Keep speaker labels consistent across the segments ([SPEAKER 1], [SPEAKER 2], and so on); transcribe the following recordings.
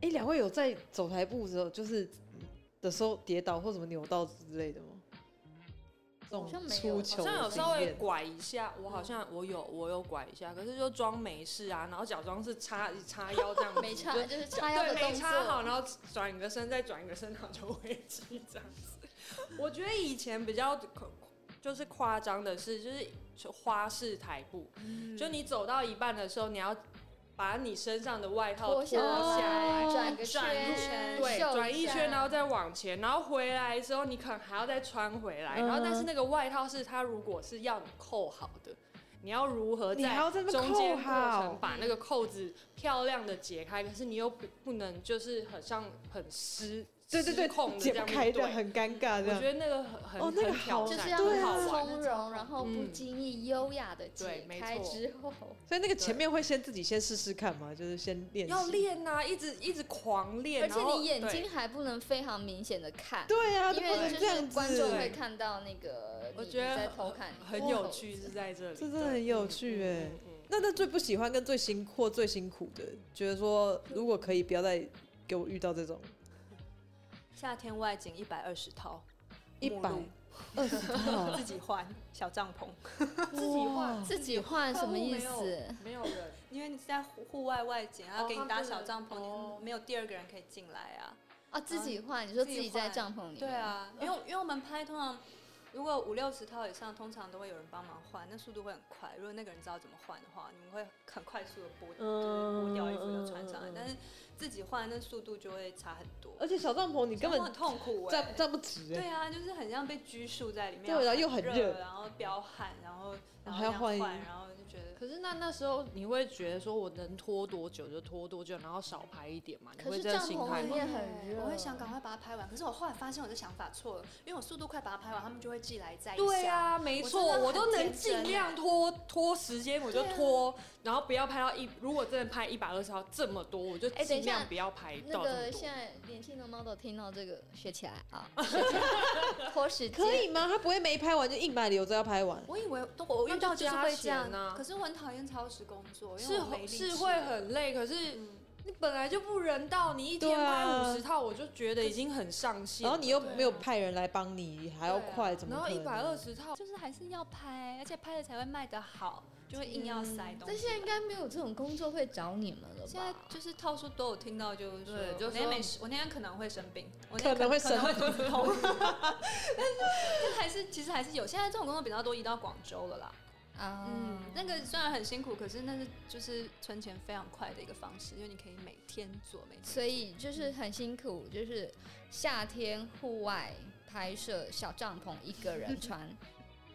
[SPEAKER 1] 哎，两位有在走台步之后，就是的时候跌倒或什么扭到之类的吗？这种
[SPEAKER 2] 好像没有
[SPEAKER 1] 出球
[SPEAKER 3] 好
[SPEAKER 1] 的
[SPEAKER 3] 像有
[SPEAKER 1] 经
[SPEAKER 3] 稍微
[SPEAKER 1] 验
[SPEAKER 3] 拐一下，我
[SPEAKER 2] 嗯
[SPEAKER 3] 好像我有我有拐一下，可是就装没事啊，然后假装是叉叉腰这样 子，
[SPEAKER 2] 没差，
[SPEAKER 3] 就
[SPEAKER 2] 就是叉腰
[SPEAKER 3] 对，
[SPEAKER 2] 的动
[SPEAKER 3] 没插好，
[SPEAKER 2] 作。
[SPEAKER 3] 然后转个身，再转个身，然后就回去这样子。 我觉得以前比较可就是夸张的是，就是花式台步，
[SPEAKER 2] 嗯
[SPEAKER 3] 就你走到一半的时候，你要把你身上的外套
[SPEAKER 2] 脱
[SPEAKER 3] 脱
[SPEAKER 2] 下
[SPEAKER 3] 下
[SPEAKER 2] 来，
[SPEAKER 3] 来。
[SPEAKER 2] 转个
[SPEAKER 3] 哦转一
[SPEAKER 2] 圈，
[SPEAKER 3] 对，
[SPEAKER 2] 秀
[SPEAKER 3] 转一圈，然后
[SPEAKER 2] 下
[SPEAKER 3] 再往前，然后回来之后，你可能还要再穿回来，
[SPEAKER 1] 嗯
[SPEAKER 3] 然后但是那个外套是它如果是要你扣好的，你要如何
[SPEAKER 1] 你
[SPEAKER 3] 在
[SPEAKER 1] 还要在那边
[SPEAKER 3] 中间
[SPEAKER 1] 扣
[SPEAKER 3] 过
[SPEAKER 1] 好
[SPEAKER 3] 程把那个扣子漂亮的解开，可是你又不不能就是很像很失
[SPEAKER 1] 对对
[SPEAKER 3] 失控
[SPEAKER 1] 对，
[SPEAKER 3] 的
[SPEAKER 1] 解
[SPEAKER 3] 这
[SPEAKER 1] 不
[SPEAKER 3] 样
[SPEAKER 1] 开
[SPEAKER 3] 面
[SPEAKER 1] 的
[SPEAKER 3] 对。
[SPEAKER 1] 很尴尬这
[SPEAKER 3] 我
[SPEAKER 1] 样
[SPEAKER 3] 觉。得那个很很
[SPEAKER 1] 哦那个
[SPEAKER 3] 很挑
[SPEAKER 1] 好
[SPEAKER 2] 就是
[SPEAKER 3] 战，
[SPEAKER 2] 要
[SPEAKER 3] 很
[SPEAKER 1] 对啊
[SPEAKER 3] 好
[SPEAKER 2] 很
[SPEAKER 3] 玩。
[SPEAKER 2] 从容，然后不经意、优雅的解
[SPEAKER 3] 嗯对没
[SPEAKER 2] 开
[SPEAKER 3] 错
[SPEAKER 2] 之后，
[SPEAKER 1] 所以那个前面会先自己先试试看嘛，就是先练习。
[SPEAKER 3] 要练呐、一直一直狂练，
[SPEAKER 2] 而且
[SPEAKER 3] 然后
[SPEAKER 2] 你眼睛
[SPEAKER 3] 对
[SPEAKER 2] 还不能非常明显的看，
[SPEAKER 1] 对啊，
[SPEAKER 2] 因
[SPEAKER 1] 不
[SPEAKER 2] 为
[SPEAKER 1] 能
[SPEAKER 2] 就
[SPEAKER 1] 这样
[SPEAKER 2] 是
[SPEAKER 1] 子
[SPEAKER 2] 观众会看到那个，
[SPEAKER 3] 我觉得
[SPEAKER 2] 你在
[SPEAKER 3] 很
[SPEAKER 2] 偷看你的
[SPEAKER 3] 很有趣，是在这里，
[SPEAKER 1] 这真的很有趣哎
[SPEAKER 3] 嗯嗯嗯。
[SPEAKER 1] 那那最不喜欢跟最辛或最辛苦的，觉得说如果可以不要再给我遇到这种
[SPEAKER 4] 夏天外景一百二十 套，
[SPEAKER 1] 一
[SPEAKER 4] 目
[SPEAKER 1] 百
[SPEAKER 4] 录
[SPEAKER 1] 二十套
[SPEAKER 4] 自己换小帐篷，
[SPEAKER 1] 自己画
[SPEAKER 2] 自己换什么意
[SPEAKER 3] 客户没
[SPEAKER 2] 思
[SPEAKER 3] 有？？没有人，
[SPEAKER 4] 因为你是在户户外外
[SPEAKER 1] 哦
[SPEAKER 4] 景，然后给你搭小帐篷，
[SPEAKER 3] 哦
[SPEAKER 4] 你没有第二个人可以进来啊。
[SPEAKER 2] 啊，自己换，你说自己在
[SPEAKER 4] 换
[SPEAKER 2] 帐篷里面，
[SPEAKER 4] 对，啊，因为因为我们拍通常如果五六十套以上，通常都会有人帮忙换，那速度会很快。如果那个人知道怎么换的话，你们会很快速的剥，
[SPEAKER 1] 嗯
[SPEAKER 4] 就是剥掉衣服就穿上来。但是自己换，那速度就会差很多，
[SPEAKER 1] 而且小帐篷你根
[SPEAKER 4] 然后
[SPEAKER 1] 本
[SPEAKER 4] 很痛苦哎、
[SPEAKER 1] 站站不直
[SPEAKER 4] 对
[SPEAKER 1] 哎，
[SPEAKER 4] 啊，就是很像被拘束在里面，
[SPEAKER 1] 对啊然后又很热
[SPEAKER 4] 热，然后飙汗，然后然后
[SPEAKER 1] 还要
[SPEAKER 4] 这样
[SPEAKER 1] 换
[SPEAKER 4] 换
[SPEAKER 1] 衣服
[SPEAKER 4] 然后就觉得
[SPEAKER 3] 可是那那时候你会觉得说我能拖多久就拖多久，然后少拍一点嘛？你
[SPEAKER 2] 可
[SPEAKER 3] 会
[SPEAKER 2] 是
[SPEAKER 3] 这样
[SPEAKER 2] 帐
[SPEAKER 3] 心
[SPEAKER 2] 篷
[SPEAKER 3] 态
[SPEAKER 2] 里
[SPEAKER 3] 吗？
[SPEAKER 2] 面哦很热，
[SPEAKER 4] 我会想赶快把它拍完，可是我后来发现我的想法错了，因为我速度快把它拍完，他们就会寄来再一下。
[SPEAKER 3] 对啊，没错，我
[SPEAKER 4] 我真的很
[SPEAKER 3] 都能
[SPEAKER 4] 天真欸
[SPEAKER 3] 尽量拖拖时间，我就拖，然后不要拍到一。如果真的拍一百二十号这么多，我就
[SPEAKER 2] 哎等一
[SPEAKER 3] 尽
[SPEAKER 2] 下
[SPEAKER 3] 量不要拍
[SPEAKER 2] 那
[SPEAKER 3] 到这么
[SPEAKER 2] 个
[SPEAKER 3] 多。
[SPEAKER 2] 现在年轻的 model 听到这个学起来 啊， 学起来拖时间
[SPEAKER 1] 可以吗？他不会没拍完就硬把留着要拍完。
[SPEAKER 4] 我以为都我遇到就是会
[SPEAKER 3] 那
[SPEAKER 4] 这
[SPEAKER 3] 就加
[SPEAKER 4] 样
[SPEAKER 3] 钱啊
[SPEAKER 4] 可是我很讨厌超时工作，因为我没
[SPEAKER 3] 是
[SPEAKER 4] 力气嗯
[SPEAKER 3] 是会很累，可是你本来就不人道，你一天
[SPEAKER 1] 对
[SPEAKER 3] 拍
[SPEAKER 1] 啊
[SPEAKER 3] 五十套，我就觉得已经很上限
[SPEAKER 1] 然
[SPEAKER 3] 了。啊
[SPEAKER 1] 后你又没有派人来帮啊你，还要快，怎么
[SPEAKER 3] 然后
[SPEAKER 1] 可
[SPEAKER 3] 一
[SPEAKER 1] 能
[SPEAKER 3] 百二十套，
[SPEAKER 4] 就是还是要拍，而且拍了才会卖得好，就会硬要塞东
[SPEAKER 2] 但
[SPEAKER 4] 西。
[SPEAKER 2] 现在应该没有这种工作会找你们了吧？
[SPEAKER 4] 嗯现在就是套数都有听到，就是说
[SPEAKER 3] 对就
[SPEAKER 4] 我那天
[SPEAKER 3] 说
[SPEAKER 4] 没事，我那天可能会生病，我那
[SPEAKER 1] 可
[SPEAKER 4] 天
[SPEAKER 1] 能会
[SPEAKER 4] 可能
[SPEAKER 1] 生
[SPEAKER 4] 会肚子痛， 但是还是其实还是有。现在这种工作比较多移到广州了啦。
[SPEAKER 2] 啊，
[SPEAKER 4] 嗯，那个虽然很辛苦，可是那是就是存钱非常快的一个方式，因为你可以每天做，每天
[SPEAKER 2] 所以就是很辛苦，就是夏天户外拍摄小帐篷一个人穿，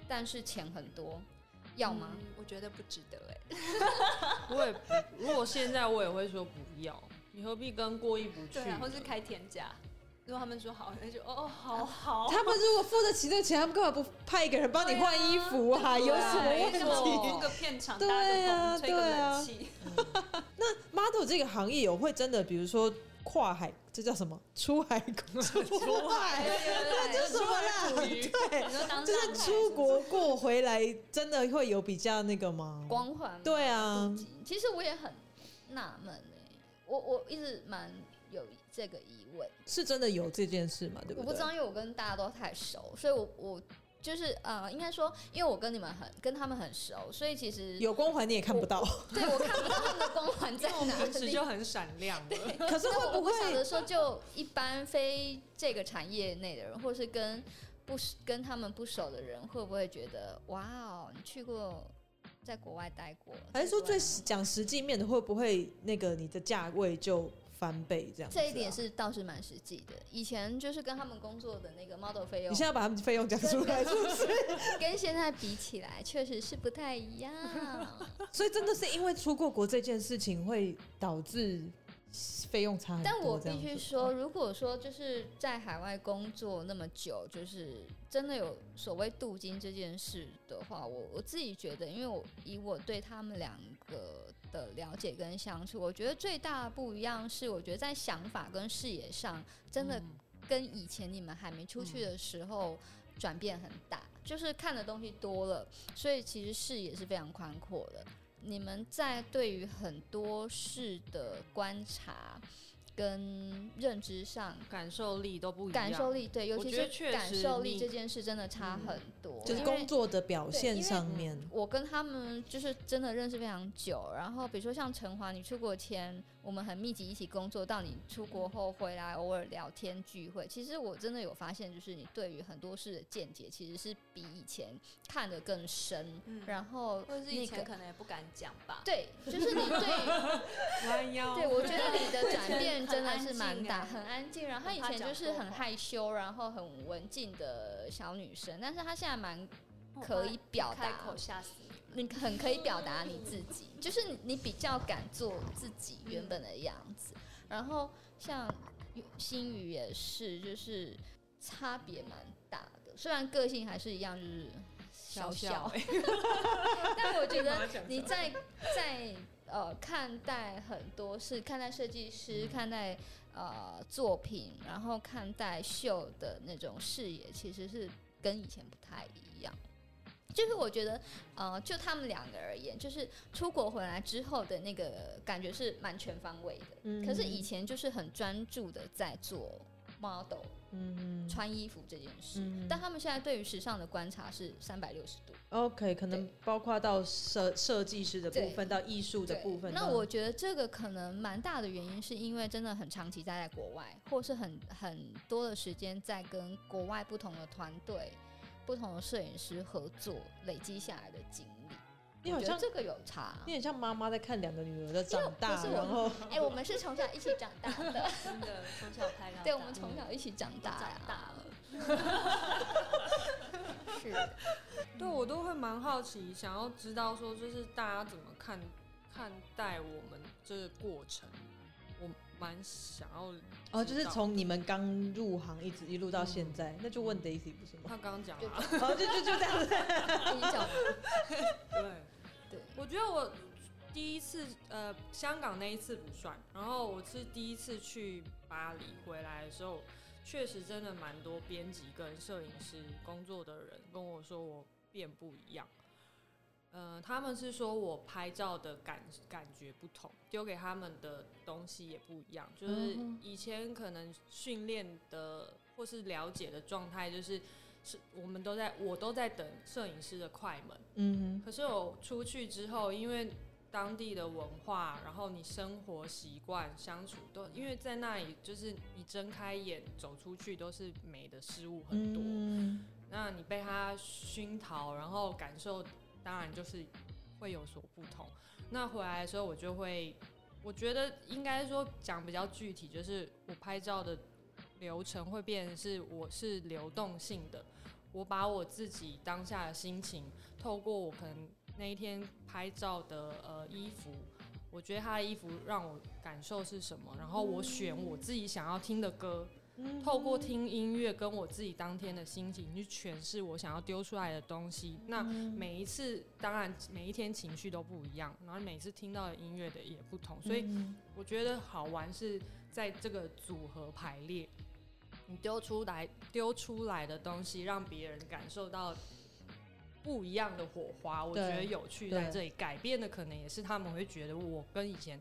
[SPEAKER 2] 但是钱很多，要吗？
[SPEAKER 4] 嗯我觉得不值得哎、
[SPEAKER 3] 我也不如果现在我也会说不要，你何必跟过意不去？
[SPEAKER 4] 对啊，或是开天价。如果他们说好，那就哦哦好好。
[SPEAKER 1] 啊他们如果付得起这个钱，他们干嘛不派一个人帮你换衣服啊？有什么问
[SPEAKER 4] 对啊
[SPEAKER 1] 题？
[SPEAKER 4] 这个片场
[SPEAKER 1] 对
[SPEAKER 4] 搭
[SPEAKER 1] 啊
[SPEAKER 4] 个棚，吹个
[SPEAKER 1] 对啊
[SPEAKER 4] 冷 气，
[SPEAKER 1] model 这个行业有会真的，比如说跨海，这叫什么？出海工 作？出海？
[SPEAKER 2] 哎
[SPEAKER 1] 那就什么啦？
[SPEAKER 4] 你说当
[SPEAKER 1] 对，就
[SPEAKER 4] 上
[SPEAKER 1] 是出国过回来，真的会有比较那个吗？
[SPEAKER 2] 光环吗
[SPEAKER 1] 对啊
[SPEAKER 2] 不及其实我也很纳闷哎，我我一直蛮有这个疑问，
[SPEAKER 1] 是真的有这件事嘛？对
[SPEAKER 2] 我
[SPEAKER 1] 不
[SPEAKER 2] 不
[SPEAKER 1] 对
[SPEAKER 2] 知？道，因为我跟大家都太熟，所以我我就是呃，应该说，因为我跟你们很跟他们很熟，所以其实
[SPEAKER 1] 有光环你也看不 到，
[SPEAKER 2] 对我看不到他们的光环在哪
[SPEAKER 3] 平时
[SPEAKER 2] 里
[SPEAKER 3] 就。很闪亮了。
[SPEAKER 1] 可是
[SPEAKER 2] 那
[SPEAKER 1] 会
[SPEAKER 2] 我
[SPEAKER 1] 不
[SPEAKER 2] 我小
[SPEAKER 1] 会
[SPEAKER 2] 的时候就一般非这个产业内的人，或是跟不熟跟他们不熟的人，会不会觉得哇哦，你去过在国外待过？
[SPEAKER 1] 还是说最
[SPEAKER 2] 在国外
[SPEAKER 1] 讲实际面的，会不会那个你的价位就翻倍这样子啊？
[SPEAKER 2] 这一点是倒是蛮实际的。以前就是跟他们工作的那个 model 费用
[SPEAKER 1] 你现，在把他们费用讲出来，是不是？
[SPEAKER 2] 跟现在比起来，确实是不太一样。
[SPEAKER 1] 所以真的是因为出过国这件事情，会导致费用差很多。
[SPEAKER 2] 但我
[SPEAKER 1] 这样
[SPEAKER 2] 必须
[SPEAKER 1] 子哦
[SPEAKER 2] 说，如果说就是在海外工作那么久，就是真的有所谓镀金这件事的话，我我自己觉得，因为我以我对他们两个的了解跟相处，我觉得最大的不一样是，我觉得在想法跟视野上，真的
[SPEAKER 1] 嗯
[SPEAKER 2] 跟以前你们还没出去的时候转变很大，就是看的东西多了，所以其实视野是非常宽阔的。你们在对于很多事的观察，跟认知上。
[SPEAKER 3] 感受力都不一样，
[SPEAKER 2] 感受力对，尤
[SPEAKER 3] 我
[SPEAKER 2] 其
[SPEAKER 3] 觉得
[SPEAKER 2] 是
[SPEAKER 3] 确
[SPEAKER 2] 感
[SPEAKER 3] 实
[SPEAKER 2] 受力
[SPEAKER 3] 你
[SPEAKER 2] 这件事真的差很多，
[SPEAKER 1] 就是
[SPEAKER 2] 因为
[SPEAKER 1] 工作的表
[SPEAKER 2] 对因
[SPEAKER 1] 现
[SPEAKER 2] 为
[SPEAKER 1] 上
[SPEAKER 3] 嗯
[SPEAKER 1] 面，
[SPEAKER 2] 我跟他们就是真的认识非常久，然后比如说像陈华，你出国前我们很密集一起工作，到你出
[SPEAKER 3] 嗯
[SPEAKER 2] 国后回来偶尔聊天聚会，其实我真的有发现，就是你对于很多事的见解其实是比以前看得更深，
[SPEAKER 4] 嗯
[SPEAKER 2] 然后
[SPEAKER 4] 或者是以
[SPEAKER 2] 那
[SPEAKER 4] 前
[SPEAKER 2] 个
[SPEAKER 4] 可能也不敢讲吧。
[SPEAKER 2] 对，就是你对
[SPEAKER 3] 弯
[SPEAKER 4] 哦
[SPEAKER 3] 腰，
[SPEAKER 2] 对，我觉得你的转
[SPEAKER 4] 以前
[SPEAKER 2] 变
[SPEAKER 4] 很
[SPEAKER 2] 真的
[SPEAKER 4] 安
[SPEAKER 2] 是蛮
[SPEAKER 4] 静
[SPEAKER 2] 大，
[SPEAKER 4] 哎
[SPEAKER 2] 很安静。然后她以
[SPEAKER 4] 很怕
[SPEAKER 2] 前就
[SPEAKER 4] 讲
[SPEAKER 2] 是
[SPEAKER 4] 错
[SPEAKER 2] 很
[SPEAKER 4] 话
[SPEAKER 2] 害羞，然后很文静的小女生，但是她现在蛮
[SPEAKER 4] 我
[SPEAKER 2] 可
[SPEAKER 4] 怕
[SPEAKER 2] 以表
[SPEAKER 4] 开
[SPEAKER 2] 达
[SPEAKER 4] 口吓死你。
[SPEAKER 2] 你很可以表达你自己，就是你你比较敢做自己原本的样子。然后像新宇也是，就是差别蛮大的，虽然个性还是一样，就是小小， 但我觉得你在在呃看待很多事，看待设计师，看待呃作品，然后看待秀的那种视野，其实是跟以前不太一样。就是我觉得，呃，就他们两个而言，就是出国回来之后的那个感觉是蛮全方位的。
[SPEAKER 1] 嗯
[SPEAKER 2] 可是以前就是很专注的在做 model
[SPEAKER 1] 嗯
[SPEAKER 2] 穿衣服这件事，
[SPEAKER 1] 嗯
[SPEAKER 2] 但他们现在对于时尚的观察是三百六十度。
[SPEAKER 1] OK，可能
[SPEAKER 2] 对
[SPEAKER 1] 包括到设设计师的部分，到艺术的
[SPEAKER 2] 对，
[SPEAKER 1] 部分。
[SPEAKER 2] 那
[SPEAKER 1] 到
[SPEAKER 2] 我觉得这个可能蛮大的原因，是因为真的很长期待在国外，或是很很多的时间在跟国外不同的团队、不同的摄影师合作，累积下来的经历。
[SPEAKER 1] 你
[SPEAKER 2] 我
[SPEAKER 1] 好
[SPEAKER 2] 觉
[SPEAKER 1] 像
[SPEAKER 2] 得这个有差。
[SPEAKER 1] 你很像妈妈在看两个女儿在长
[SPEAKER 2] 不
[SPEAKER 1] 大，
[SPEAKER 2] 是我
[SPEAKER 1] 然后
[SPEAKER 2] 哎、我们是从小一起长大的，
[SPEAKER 4] 真的从小 拍到
[SPEAKER 2] 对，
[SPEAKER 4] 大
[SPEAKER 2] 我们从小一起长
[SPEAKER 4] 都
[SPEAKER 2] 大、
[SPEAKER 4] 长大了，
[SPEAKER 2] 是，
[SPEAKER 3] 对我都会蛮好奇，想要知道说，就是大家怎么看看待我们这个过程，我蛮想要知道
[SPEAKER 1] 哦，就是从你们刚入行一直一路到
[SPEAKER 2] 嗯
[SPEAKER 1] 现在，那就问 Daisy 不是吗？
[SPEAKER 3] 他刚刚讲
[SPEAKER 2] 对
[SPEAKER 3] 了，啊
[SPEAKER 1] 哦，就就就这样子。
[SPEAKER 2] 跟你讲，
[SPEAKER 3] 对，
[SPEAKER 2] 对，
[SPEAKER 3] 我觉得我第一次呃香港那一次不算，然后我是第一次去巴黎回来的时候，确实真的蛮多编辑跟摄影师工作的人跟我说我变不一样。呃，他们是说我拍照的感感觉不同，丢给他们的东西也不一样。就是
[SPEAKER 1] 嗯
[SPEAKER 3] 以前可能训练的或是了解的状态，就是是我们都在我都在等摄影师的快门，
[SPEAKER 1] 嗯
[SPEAKER 3] 可是我出去之后，因为当地的文化，然后你生活习惯、相处都，因为在那里就是你睁开眼走出去都是美的事物
[SPEAKER 1] 哼，
[SPEAKER 3] 很多，
[SPEAKER 1] 嗯
[SPEAKER 3] 那你被它熏陶，然后感受，当然就是会有所不同。那回来的时候，我就会，我觉得应该说讲比较具体，就是我拍照的流程会变成是我是流动性的，我把我自己当下的心情，透过我可能那一天拍照的呃衣服。我觉得他的衣服让我感受是什么，然后我选我自己想要听的歌，
[SPEAKER 1] 嗯
[SPEAKER 3] 透过听音乐跟我自己当天的心情去诠释我想要丢出来的东西。那每一次，当然每一天情绪都不一样，然后每次听到的音乐的也不同，所以
[SPEAKER 1] 嗯
[SPEAKER 3] 我觉得好玩是在这个组合排列，你丢出来丢出来的东西，让别人感受到不一样的火花，我觉
[SPEAKER 1] 对
[SPEAKER 3] 得有趣
[SPEAKER 1] 对
[SPEAKER 3] 在这里。改变的可能也是他们会觉得我跟以前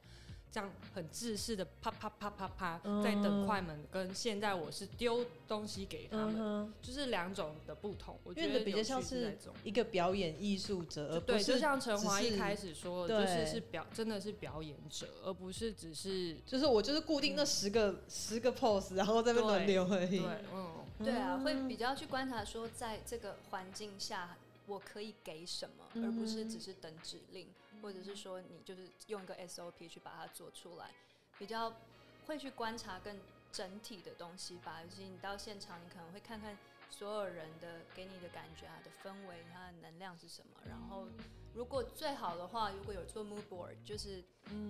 [SPEAKER 3] 这样很自私的啪啪啪啪啪
[SPEAKER 1] 嗯
[SPEAKER 3] 在等快门，跟现在我是丢东西给他
[SPEAKER 1] 嗯
[SPEAKER 3] 们，
[SPEAKER 1] 哼，
[SPEAKER 3] 就是两种的不同。我觉
[SPEAKER 1] 因为
[SPEAKER 3] 得
[SPEAKER 1] 你比较像
[SPEAKER 3] 有趣
[SPEAKER 1] 是
[SPEAKER 3] 在这种
[SPEAKER 1] 一个表演艺术者，而不
[SPEAKER 3] 对，就是像陈华
[SPEAKER 1] 只
[SPEAKER 3] 一
[SPEAKER 1] 是
[SPEAKER 3] 开始说的，就
[SPEAKER 1] 对
[SPEAKER 3] 是是表真的是表演者，而不是只是
[SPEAKER 1] 就是我就是固定那十个十个 pose，然后在那边轮流而
[SPEAKER 3] 对
[SPEAKER 1] 已。，
[SPEAKER 3] 嗯。
[SPEAKER 4] 对啊，会
[SPEAKER 1] 嗯
[SPEAKER 4] 比较去观察说，在这个环境下，我可以给什么，
[SPEAKER 1] 嗯
[SPEAKER 4] 而不是只是等指令，或者是说你就是用一个 SOP 去把它做出来，比较会去观察更整体的东西吧。尤其你到现场，你可能会看看所有人的给你的感觉啊的氛围，它的能量是什么。然后，如果最好的话，如果有做 mood board，就是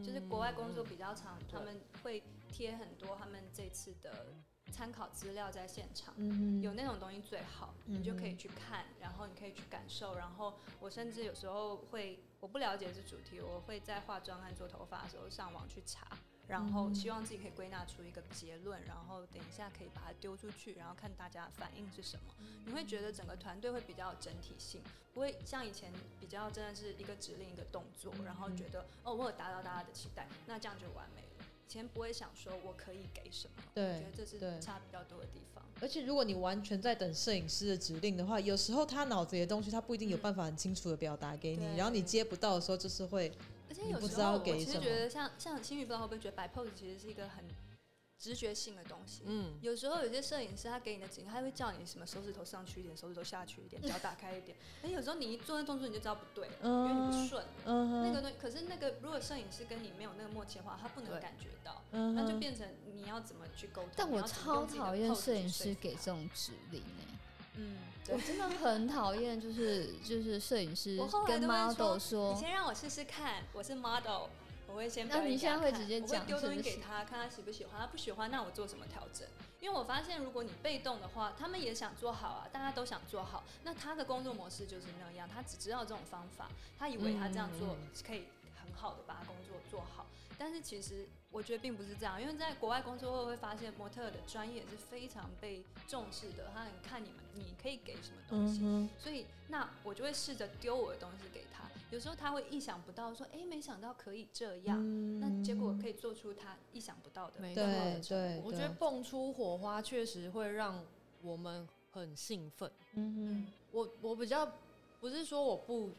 [SPEAKER 4] 就是国外工作比较长，他们会贴很多他们这次的参考资料在现场。
[SPEAKER 1] 嗯
[SPEAKER 4] 有那种东西最好，你就可以去看，然后你可以去感受。然后我甚至有时候会，我不了解这主题，我会在化妆和做头发的时候上网去查，然后
[SPEAKER 1] 嗯
[SPEAKER 4] 希望自己可以归纳出一个结论，然后等一下可以把它丢出去，然后看大家的反应是什么。
[SPEAKER 1] 嗯
[SPEAKER 4] 你会觉得整个团队会比较有整体性，不会像以前比较
[SPEAKER 1] 嗯
[SPEAKER 4] 真的是一个指令一个动作，然后觉得哦我有达到大家的期待，那这样就完美了。以前不会想说我可以给什么，我
[SPEAKER 1] 对
[SPEAKER 4] 觉得这是
[SPEAKER 1] 对
[SPEAKER 4] 差比较多的地方。
[SPEAKER 1] 而且如果你完全在等摄影师的指令的话，有时候他脑子里的东西他不一定有
[SPEAKER 4] 嗯
[SPEAKER 1] 办法很清楚的表达给你，
[SPEAKER 4] 对
[SPEAKER 1] 然后你接不到的时候就是会，
[SPEAKER 4] 而且
[SPEAKER 1] 你
[SPEAKER 4] 有
[SPEAKER 1] 不知
[SPEAKER 4] 时
[SPEAKER 1] 道
[SPEAKER 4] 候我
[SPEAKER 1] 给
[SPEAKER 4] 其
[SPEAKER 1] 什
[SPEAKER 4] 实
[SPEAKER 1] 么
[SPEAKER 4] 觉得像像新宇不知道会不会觉得摆 pose 其实是一个很直觉性的东西。
[SPEAKER 1] 嗯，
[SPEAKER 4] 有时候有些摄影师他给你的指令，他会叫你什么手指头上去一点，手指头下去一点，脚打开一点。哎，有时候你一做那动作你就知道不对了，因为你不
[SPEAKER 1] 嗯
[SPEAKER 4] 顺。
[SPEAKER 1] 嗯哼，
[SPEAKER 4] 那个东西，可是那个如果摄影师跟你没有那个默契的话，他不能
[SPEAKER 2] 对
[SPEAKER 4] 感觉到，
[SPEAKER 1] 嗯
[SPEAKER 4] 那就
[SPEAKER 1] 哼，
[SPEAKER 4] 变成你要怎么去沟通。
[SPEAKER 2] 但我
[SPEAKER 4] 你要怎么
[SPEAKER 2] 超
[SPEAKER 4] 用自己的
[SPEAKER 2] 讨厌
[SPEAKER 4] pose 去
[SPEAKER 2] 摄影
[SPEAKER 4] 说
[SPEAKER 2] 师
[SPEAKER 4] 服
[SPEAKER 2] 给
[SPEAKER 4] 他
[SPEAKER 2] 这种指令哎、
[SPEAKER 4] 嗯，
[SPEAKER 2] 我
[SPEAKER 4] 对。
[SPEAKER 2] 真的很讨厌，就是就是摄影师
[SPEAKER 4] 我后来
[SPEAKER 2] 跟
[SPEAKER 4] 都会
[SPEAKER 2] model
[SPEAKER 4] 你
[SPEAKER 2] 说，
[SPEAKER 4] 先让我试试看，我是 model，我会先
[SPEAKER 2] 那
[SPEAKER 4] 表演
[SPEAKER 2] 你
[SPEAKER 4] 给
[SPEAKER 2] 现在
[SPEAKER 4] 他
[SPEAKER 2] 会
[SPEAKER 4] 看
[SPEAKER 2] 直接
[SPEAKER 4] 我
[SPEAKER 2] 讲
[SPEAKER 4] 丢
[SPEAKER 2] 是
[SPEAKER 4] 东西
[SPEAKER 2] 不
[SPEAKER 4] 给
[SPEAKER 2] 是
[SPEAKER 4] 他，看他喜不喜欢，他不喜欢，那我做什么调整？因为我发现，如果你被动的话，他们也想做好啊，大家都想做好，那他的工作模式就是那样，他只知道这种方法，他以为他这样
[SPEAKER 1] 嗯
[SPEAKER 4] 做
[SPEAKER 1] 嗯
[SPEAKER 4] 可以很好的把他工作做好，但是其实我觉得并不是这样，因为在国外工作后会发现，模特儿的专业是非常被重视的，他很看你们，你可以给什么东
[SPEAKER 1] 嗯
[SPEAKER 4] 西，
[SPEAKER 1] 哼，
[SPEAKER 4] 所以那我就会试着丢我的东西给他。有时候他会意想不到，说：“哎、没想到可以这样。
[SPEAKER 1] 嗯
[SPEAKER 4] 那结果可以做出他意想不到的。
[SPEAKER 3] 没
[SPEAKER 1] 对
[SPEAKER 3] 错
[SPEAKER 1] 对对，
[SPEAKER 3] 我觉得蹦出火花确实会让我们很兴奋。
[SPEAKER 1] 嗯
[SPEAKER 3] 我我比较不是说我不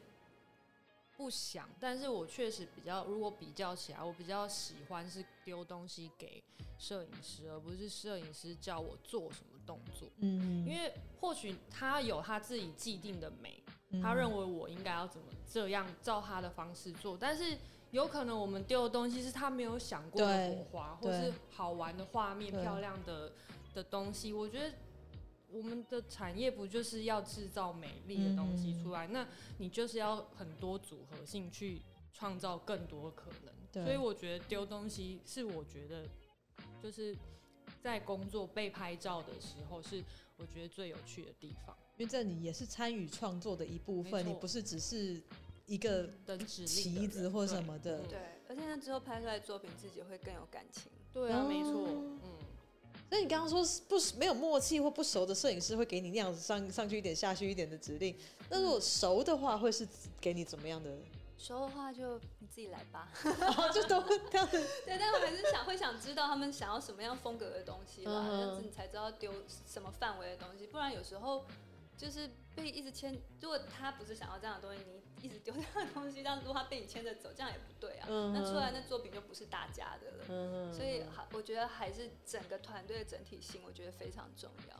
[SPEAKER 3] 不想，但是我确实比较，如果比较起来，我比较喜欢是丢东西给摄影师，而不是摄影师叫我做什么动作。
[SPEAKER 1] 哼嗯
[SPEAKER 3] 因为或许他有他自己既定的美，他认
[SPEAKER 1] 为
[SPEAKER 3] 为我应该要怎么这样照他的方式做，但是有可能我们丢的东西是他没有想过的
[SPEAKER 1] 对
[SPEAKER 3] 火花，或
[SPEAKER 1] 对
[SPEAKER 3] 是好玩的画面、
[SPEAKER 1] 对
[SPEAKER 3] 漂亮的的东西。我觉得我们的产业不就是要制造美丽的东西
[SPEAKER 1] 嗯
[SPEAKER 3] 出来？那你就是要很多组合性去创造更多可
[SPEAKER 1] 对
[SPEAKER 3] 能。所以我觉得丢东西是我觉得就是在工作被拍照的时候，是我觉得最有趣的地方。
[SPEAKER 1] 因为这里也是参与创作的一部分，
[SPEAKER 3] 没
[SPEAKER 1] 你
[SPEAKER 3] 错
[SPEAKER 1] 不是只是一个
[SPEAKER 3] 等指令的
[SPEAKER 1] 棋
[SPEAKER 3] 人
[SPEAKER 1] 子或
[SPEAKER 3] 对
[SPEAKER 1] 什么的
[SPEAKER 3] 嗯，
[SPEAKER 4] 对，而且那之后拍出来的作品自己会更有感 情。
[SPEAKER 3] 对啊，没错，
[SPEAKER 1] 哦
[SPEAKER 3] 嗯，
[SPEAKER 1] 所以你刚刚说是不没有默契或不熟的摄影师会给你那样子上上去一点下去一点的指令，那如果熟的话会是给你怎么样的？
[SPEAKER 4] 说的话就你自己来吧。
[SPEAKER 1] 哦，就都这样子，
[SPEAKER 4] 对，但我还是想会想知道他们想要什么样风格的东西啦，
[SPEAKER 1] 嗯
[SPEAKER 4] 这样子你才知道丢什么范围的东西，不然有时候。就是被一直牵，如果他不是想要这样的东西，你一直丢这样的东西，但如果他被你牵着走，这样也不对啊。
[SPEAKER 1] 嗯
[SPEAKER 4] 那出来那作品就不是大家的了。
[SPEAKER 1] 嗯，
[SPEAKER 4] 所以还我觉得还是整个团队的整体性，我觉得非常重要。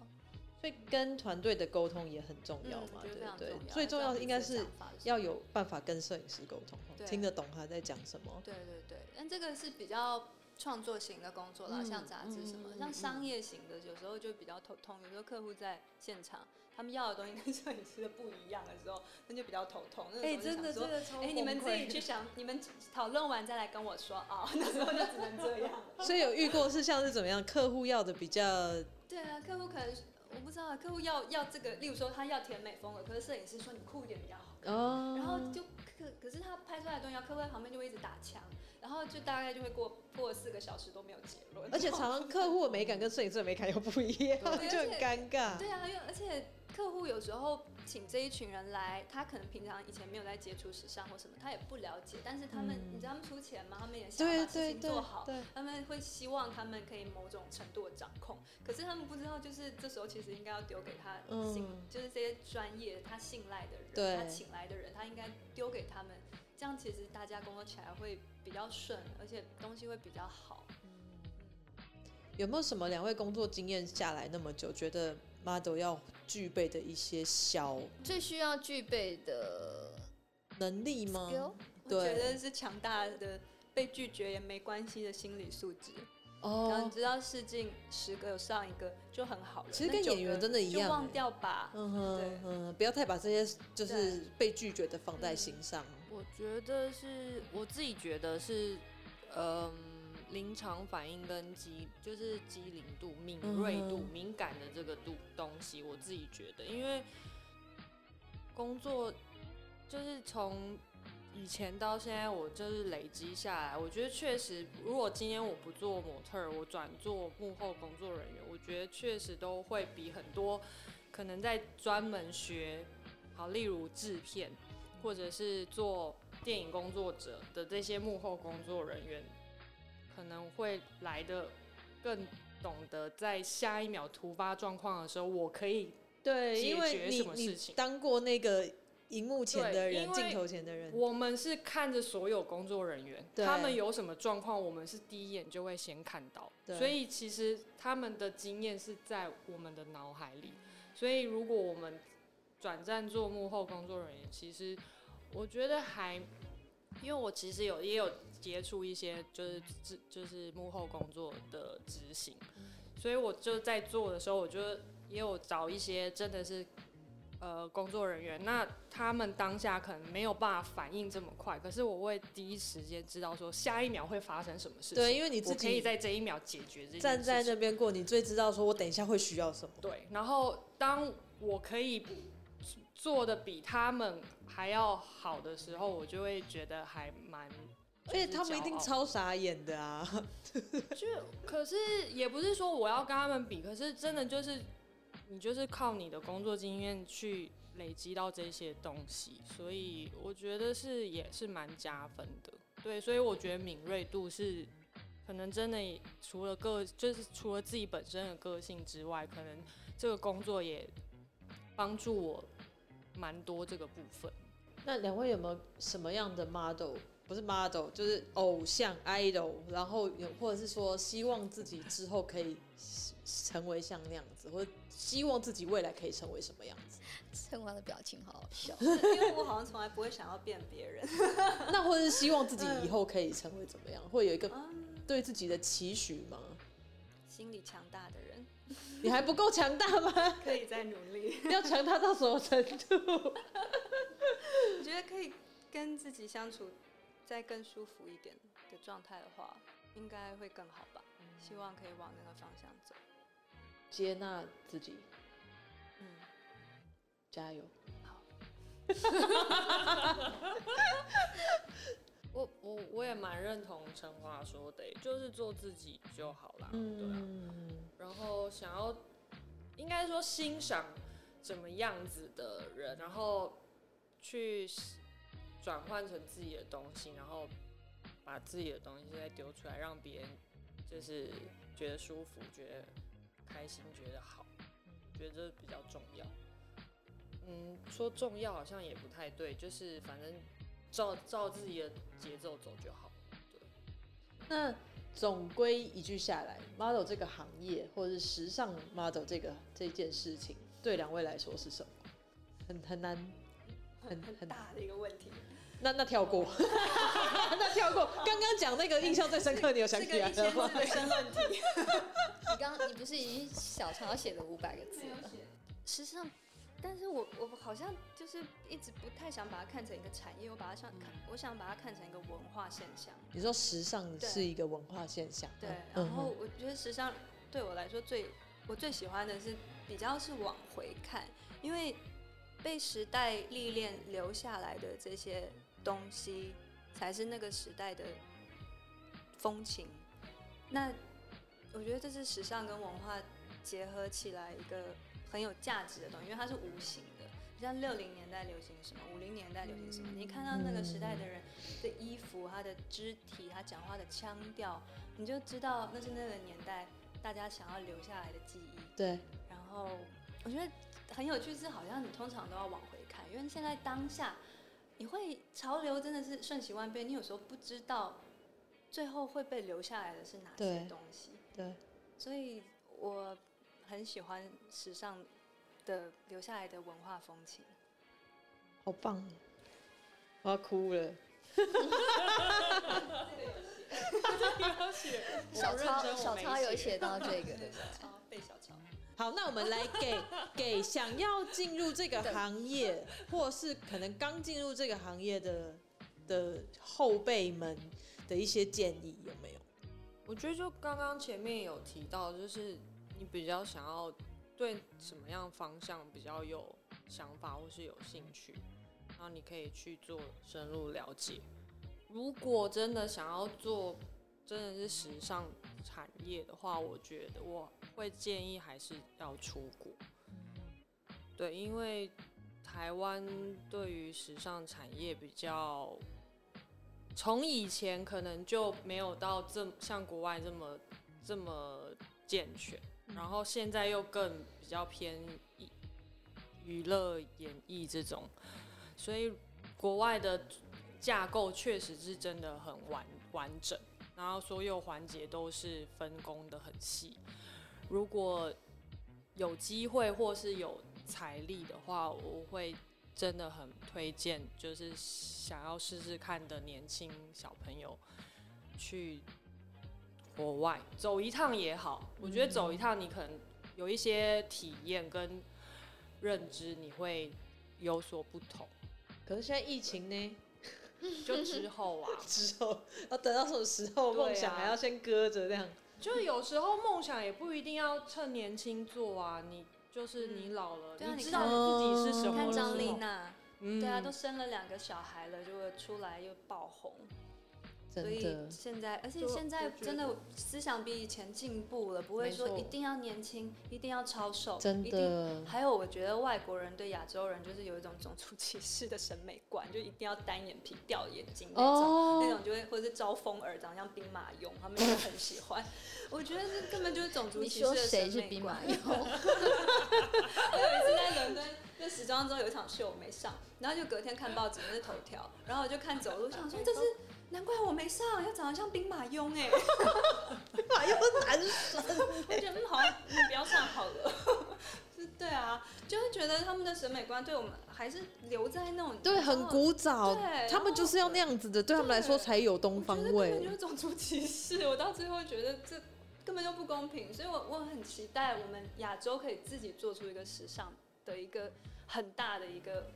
[SPEAKER 1] 所以跟团队的沟通也很重要
[SPEAKER 4] 嗯
[SPEAKER 1] 嘛，
[SPEAKER 4] 我
[SPEAKER 1] 对
[SPEAKER 4] 觉得非常
[SPEAKER 1] 不
[SPEAKER 4] 重
[SPEAKER 1] 对
[SPEAKER 4] 要。？
[SPEAKER 1] 最重要的应该
[SPEAKER 4] 知
[SPEAKER 1] 是
[SPEAKER 4] 道彼此的想法是
[SPEAKER 1] 要有办法跟摄影师沟通，
[SPEAKER 4] 对
[SPEAKER 1] 听得懂他在讲什么。
[SPEAKER 4] 对对对，但这个是比较创作型的工作啦，
[SPEAKER 3] 嗯
[SPEAKER 4] 像杂志什么
[SPEAKER 3] 嗯嗯嗯
[SPEAKER 4] 的，像商业型的有时候就比较头痛。有时候客户在现场，他们要的东西跟摄影师的不一样的时候，那就比较头痛。那个时嗯候就想说。
[SPEAKER 3] 个超
[SPEAKER 4] 哎、你们自己去想，你们讨论完再来跟我说啊、那时候就只能这样了。
[SPEAKER 1] 所以有遇过是像是怎么样，客户要的比较，
[SPEAKER 4] 对啊，客户可能我不知道，客户要要这个，例如说他要甜美风格，可是摄影师说你酷一点比较好。
[SPEAKER 1] 哦
[SPEAKER 4] 然后就可可是他拍出来的东西，然后客户在旁边就会一直打枪，然后就大概就会过过四个小时都没有结论。
[SPEAKER 1] 而且常常客户的美感跟摄影师的美感又不一样，
[SPEAKER 4] 对
[SPEAKER 1] 就很
[SPEAKER 4] 而且
[SPEAKER 1] 尴尬。
[SPEAKER 4] 对啊，因为而且客户有时候请这一群人来，他可能平常以前没有在接触时尚或什么，他也不了解，但是他们、
[SPEAKER 1] 嗯
[SPEAKER 4] 你知道他们出钱吗？他们也想把
[SPEAKER 1] 对
[SPEAKER 4] 事
[SPEAKER 1] 对
[SPEAKER 4] 情
[SPEAKER 1] 对
[SPEAKER 4] 做好。
[SPEAKER 1] 对，
[SPEAKER 4] 他们会希望他们可以某种程度的掌控，可是他们不知道，就是这时候其实应该要丢给他信，
[SPEAKER 1] 嗯
[SPEAKER 4] 就是这些专业他信赖的
[SPEAKER 1] 对
[SPEAKER 4] 人，他请来的人，他应该丢给他们，这样其实大家工作起来会比较顺，而且东西会比较好。
[SPEAKER 1] 有没有什么两位工作经验下来那么久，觉得 model 要具备的一些小
[SPEAKER 2] 最需要具备的
[SPEAKER 1] 能力吗？
[SPEAKER 2] skill，
[SPEAKER 4] 我
[SPEAKER 1] 对
[SPEAKER 4] 觉得是强大的被拒绝也没关系的心理素质。然后
[SPEAKER 1] 哦
[SPEAKER 4] 你，知道试镜十个有上一个就很好了，
[SPEAKER 1] 其实跟
[SPEAKER 4] 那九
[SPEAKER 1] 演员
[SPEAKER 4] 个
[SPEAKER 1] 真的一样
[SPEAKER 4] 就忘
[SPEAKER 1] 欸
[SPEAKER 4] 掉 吧。
[SPEAKER 1] 嗯
[SPEAKER 4] 对
[SPEAKER 1] 哼，嗯，不要太把这些就是
[SPEAKER 4] 对
[SPEAKER 1] 被拒绝的放在心上。
[SPEAKER 3] 我觉得是我自己觉得是，嗯，临场反应跟机就是机灵度、敏锐度、
[SPEAKER 1] 嗯哼
[SPEAKER 3] 敏感的这个度东西，我自己觉得，因为工作就是从以前到现在，我就是累积下来，我觉得确实，如果今天我不做模特儿，我转做幕后工作人员，我觉得确实都会比很多可能在专门学，好，例如制片或者是做电影工作者的这些幕后工作人员，可能会来的更懂得在下一秒突发状况的时候，我可以
[SPEAKER 1] 对，
[SPEAKER 3] 解
[SPEAKER 1] 因为
[SPEAKER 3] 决
[SPEAKER 1] 你
[SPEAKER 3] 什么
[SPEAKER 1] 你
[SPEAKER 3] 事情
[SPEAKER 1] 当过那个荧幕前的
[SPEAKER 3] 对因
[SPEAKER 1] 人，
[SPEAKER 3] 为
[SPEAKER 1] 镜头前的人，
[SPEAKER 3] 我们是看着所有工作人员，
[SPEAKER 1] 对
[SPEAKER 3] 他们有什么状况，我们是第一眼就会先看到
[SPEAKER 1] 对，
[SPEAKER 3] 所以其实他们的经验是在我们的脑海里。所以如果我们转战做幕后工作人员，其实我觉得还，因为我其实有也有接触一些就是制就是幕后工作的执行，所以我就在做的时候，我就也有找一些真的是呃工作人员，那他们当下可能没有办法反应这么快，可是我会第一时间知道说下一秒会发生什么事情，
[SPEAKER 1] 对，因为你
[SPEAKER 3] 我
[SPEAKER 1] 自
[SPEAKER 3] 可以
[SPEAKER 1] 己
[SPEAKER 3] 在这一秒解决这件
[SPEAKER 1] 站在
[SPEAKER 3] 事情
[SPEAKER 1] 那边过，你最知道说我等一下会需要什么。
[SPEAKER 3] 对，然后当我可以做的比他们还要好的时候，我就会觉得还蛮。
[SPEAKER 1] 而且他们一定
[SPEAKER 3] 就是骄傲
[SPEAKER 1] 超傻眼的啊！
[SPEAKER 3] 就可是也不是说我要跟他们比，可是真的就是你就是靠你的工作经验去累积到这些东西，所以我觉得是也是蛮加分的。对，所以我觉得敏锐度是可能真的也除了个就是除了自己本身的个性之外，可能这个工作也帮助我蛮多这个部分。
[SPEAKER 1] 那两位有没有什么样的 model？不是 model，就是偶像 idol，然后有或者是说希望自己之后可以成为像那样子，或者希望自己未来可以成为什么样子？
[SPEAKER 2] 陈华的表情好好笑。
[SPEAKER 4] 因为我好像从来不会想要变别 人。
[SPEAKER 1] 那或者是希望自己以后可以成为怎么样？会有一个
[SPEAKER 4] 嗯，
[SPEAKER 1] 对自己的期许吗？
[SPEAKER 4] 心理强大的人
[SPEAKER 1] 你还不够强大吗？
[SPEAKER 4] 可以再努力。
[SPEAKER 1] 要强大到什么程度？
[SPEAKER 4] 我觉得可以跟自己相处，再更舒服一点的状态的话，应该会更好吧。希望可以往那个方向走。
[SPEAKER 1] 接纳自己，
[SPEAKER 4] 嗯，
[SPEAKER 1] 加油！
[SPEAKER 3] 我我我也蛮认同陈华说的欸、就是做自己就好啦。
[SPEAKER 1] 嗯
[SPEAKER 3] 对啊。然后想要应该说欣赏怎么样子的人，然后去转换成自己的东西，然后把自己的东西再丢出来，让别人就是觉得舒服、觉得开心、觉得好，觉得这比较重要。嗯，说重要好像也不太对，就是反正照照自己的节奏走就好。
[SPEAKER 1] 那总归一句下来，model 这个行业，或者是时尚 model 这个这件事情，对两位来说是什么？很很难，很很
[SPEAKER 4] 大的一个问 题。
[SPEAKER 1] 那那跳 过，那跳过。刚刚讲那个印象最深刻，你有想
[SPEAKER 4] 这
[SPEAKER 1] 起
[SPEAKER 4] 个
[SPEAKER 1] 来
[SPEAKER 4] 一千
[SPEAKER 1] 了
[SPEAKER 4] 字
[SPEAKER 1] 吗？
[SPEAKER 4] 的申论题。
[SPEAKER 2] 你刚刚你不是已经小抄写了五百个字了？
[SPEAKER 4] 时尚，但是我我好像就是一直不太想把它看成一个产业，我把它想看，我想把它看成一个文化现象。
[SPEAKER 1] 你说时尚
[SPEAKER 4] 对
[SPEAKER 1] 是一个文化现象，
[SPEAKER 4] 对
[SPEAKER 1] 嗯，
[SPEAKER 4] 然后我觉得时尚对我来说最我最喜欢的是比较是往回看，因为被时代历练留下来的这些东西，才是那个时代的风情。那我觉得这是时尚跟文化结合起来一个很有价值的东西，因为它是无形的。像六零年代流行什么，五零年代流行什么，你看到那个时代的人的衣服、他的肢体、他讲话的腔调，你就知道那是那个年代大家想要留下来的记忆。
[SPEAKER 1] 对，
[SPEAKER 4] 然后我觉得很有趣是，好像你通常都要往回看，因为现在当下你会潮流真的是瞬息万变，你有时候不知道最后会被留下来的是哪些
[SPEAKER 1] 对
[SPEAKER 4] 东西。
[SPEAKER 1] 对，
[SPEAKER 4] 所以我很喜欢时尚的留下来的文化风情。
[SPEAKER 1] 好棒，我要哭了。
[SPEAKER 2] 小
[SPEAKER 3] 我认
[SPEAKER 2] 抄
[SPEAKER 3] 真
[SPEAKER 2] 小
[SPEAKER 3] 我没
[SPEAKER 2] 抄有
[SPEAKER 3] 写
[SPEAKER 2] 写到这 个，
[SPEAKER 4] 小抄被小抄，
[SPEAKER 1] 好，那我们来 给给想要进入这个行业，或是可能刚进入这个行业的的后辈们的一些建议，有没有？
[SPEAKER 3] 我觉得就刚刚前面有提到，就是你比较想要对什么样方向比较有想法或是有兴趣，然后你可以去做深入了解。如果真的想要做真的是时尚产业的话，我觉得我会建议还是要出国。对，因为台湾对于时尚产业比较从以前可能就没有到这像国外这么这么健全，然后现在又更比较偏娱娱乐演艺这种，所以国外的架构确实是真的很完完整，然后所有环节都是分工的很细。如果有机会或是有财力的话，我会真的很推荐，就是想要试试看的年轻小朋友去国外走一趟也好。我觉得走一趟，你可能有一些体验跟认知，你会有所不同。
[SPEAKER 1] 可是现在疫情呢，
[SPEAKER 3] 就之后啊，
[SPEAKER 1] 之后要等到什么时候，
[SPEAKER 3] 对啊
[SPEAKER 1] 梦想还要先搁着这样。
[SPEAKER 3] 就有时候梦想也不一定要趁年轻做啊，你。就是你老了，
[SPEAKER 4] 对啊
[SPEAKER 3] 你
[SPEAKER 4] 你
[SPEAKER 3] 知道
[SPEAKER 1] 看
[SPEAKER 3] 你自己是什
[SPEAKER 1] 哦
[SPEAKER 3] 么
[SPEAKER 4] 看
[SPEAKER 3] 了之后。
[SPEAKER 4] 张丽娜，
[SPEAKER 3] 嗯
[SPEAKER 4] 对啊，都生了两个小孩了，结果出来又爆红，
[SPEAKER 1] 真
[SPEAKER 4] 所以
[SPEAKER 1] 的，
[SPEAKER 4] 现在，而且
[SPEAKER 3] 就
[SPEAKER 4] 现在
[SPEAKER 3] 我觉得
[SPEAKER 4] 真的思想比以前进步了，不会说
[SPEAKER 3] 没错
[SPEAKER 4] 一定要年轻，一定要超瘦，
[SPEAKER 1] 真
[SPEAKER 4] 一定。
[SPEAKER 1] 的，
[SPEAKER 4] 还有，我觉得外国人对亚洲人就是有一种种族歧视的审美观，就一定要单眼皮、掉眼睛那种。那
[SPEAKER 1] 哦，
[SPEAKER 4] 种就会，或者是招风耳，长得像兵马俑，他们就很喜欢。我觉得这根本就是种族
[SPEAKER 2] 你
[SPEAKER 4] 歧视
[SPEAKER 2] 说
[SPEAKER 4] 的
[SPEAKER 2] 谁
[SPEAKER 4] 审
[SPEAKER 2] 是
[SPEAKER 4] 美
[SPEAKER 2] 兵
[SPEAKER 4] 观
[SPEAKER 2] 马。俑？
[SPEAKER 4] 我有一次在伦敦那时装周有一场秀我没上，然后就隔天看报纸那是头条，然后我就看走路，想说这是难怪我没上，要长得像兵马俑哎、
[SPEAKER 1] 马啊 又男生，
[SPEAKER 4] 我觉得嗯好像你不要上好了。 是对啊，就会觉得他们的审美观对我们还是留在那种哦
[SPEAKER 1] 对，很古早，
[SPEAKER 4] 对啊
[SPEAKER 1] 他们就是要那样子的，对他们来说才有东方
[SPEAKER 4] 我觉得根本就
[SPEAKER 1] 味。
[SPEAKER 4] 是种族歧视，我到最后觉得这根本就不公平，所以我我很期待我们亚洲可以自己做出一个时尚的一个很大的一个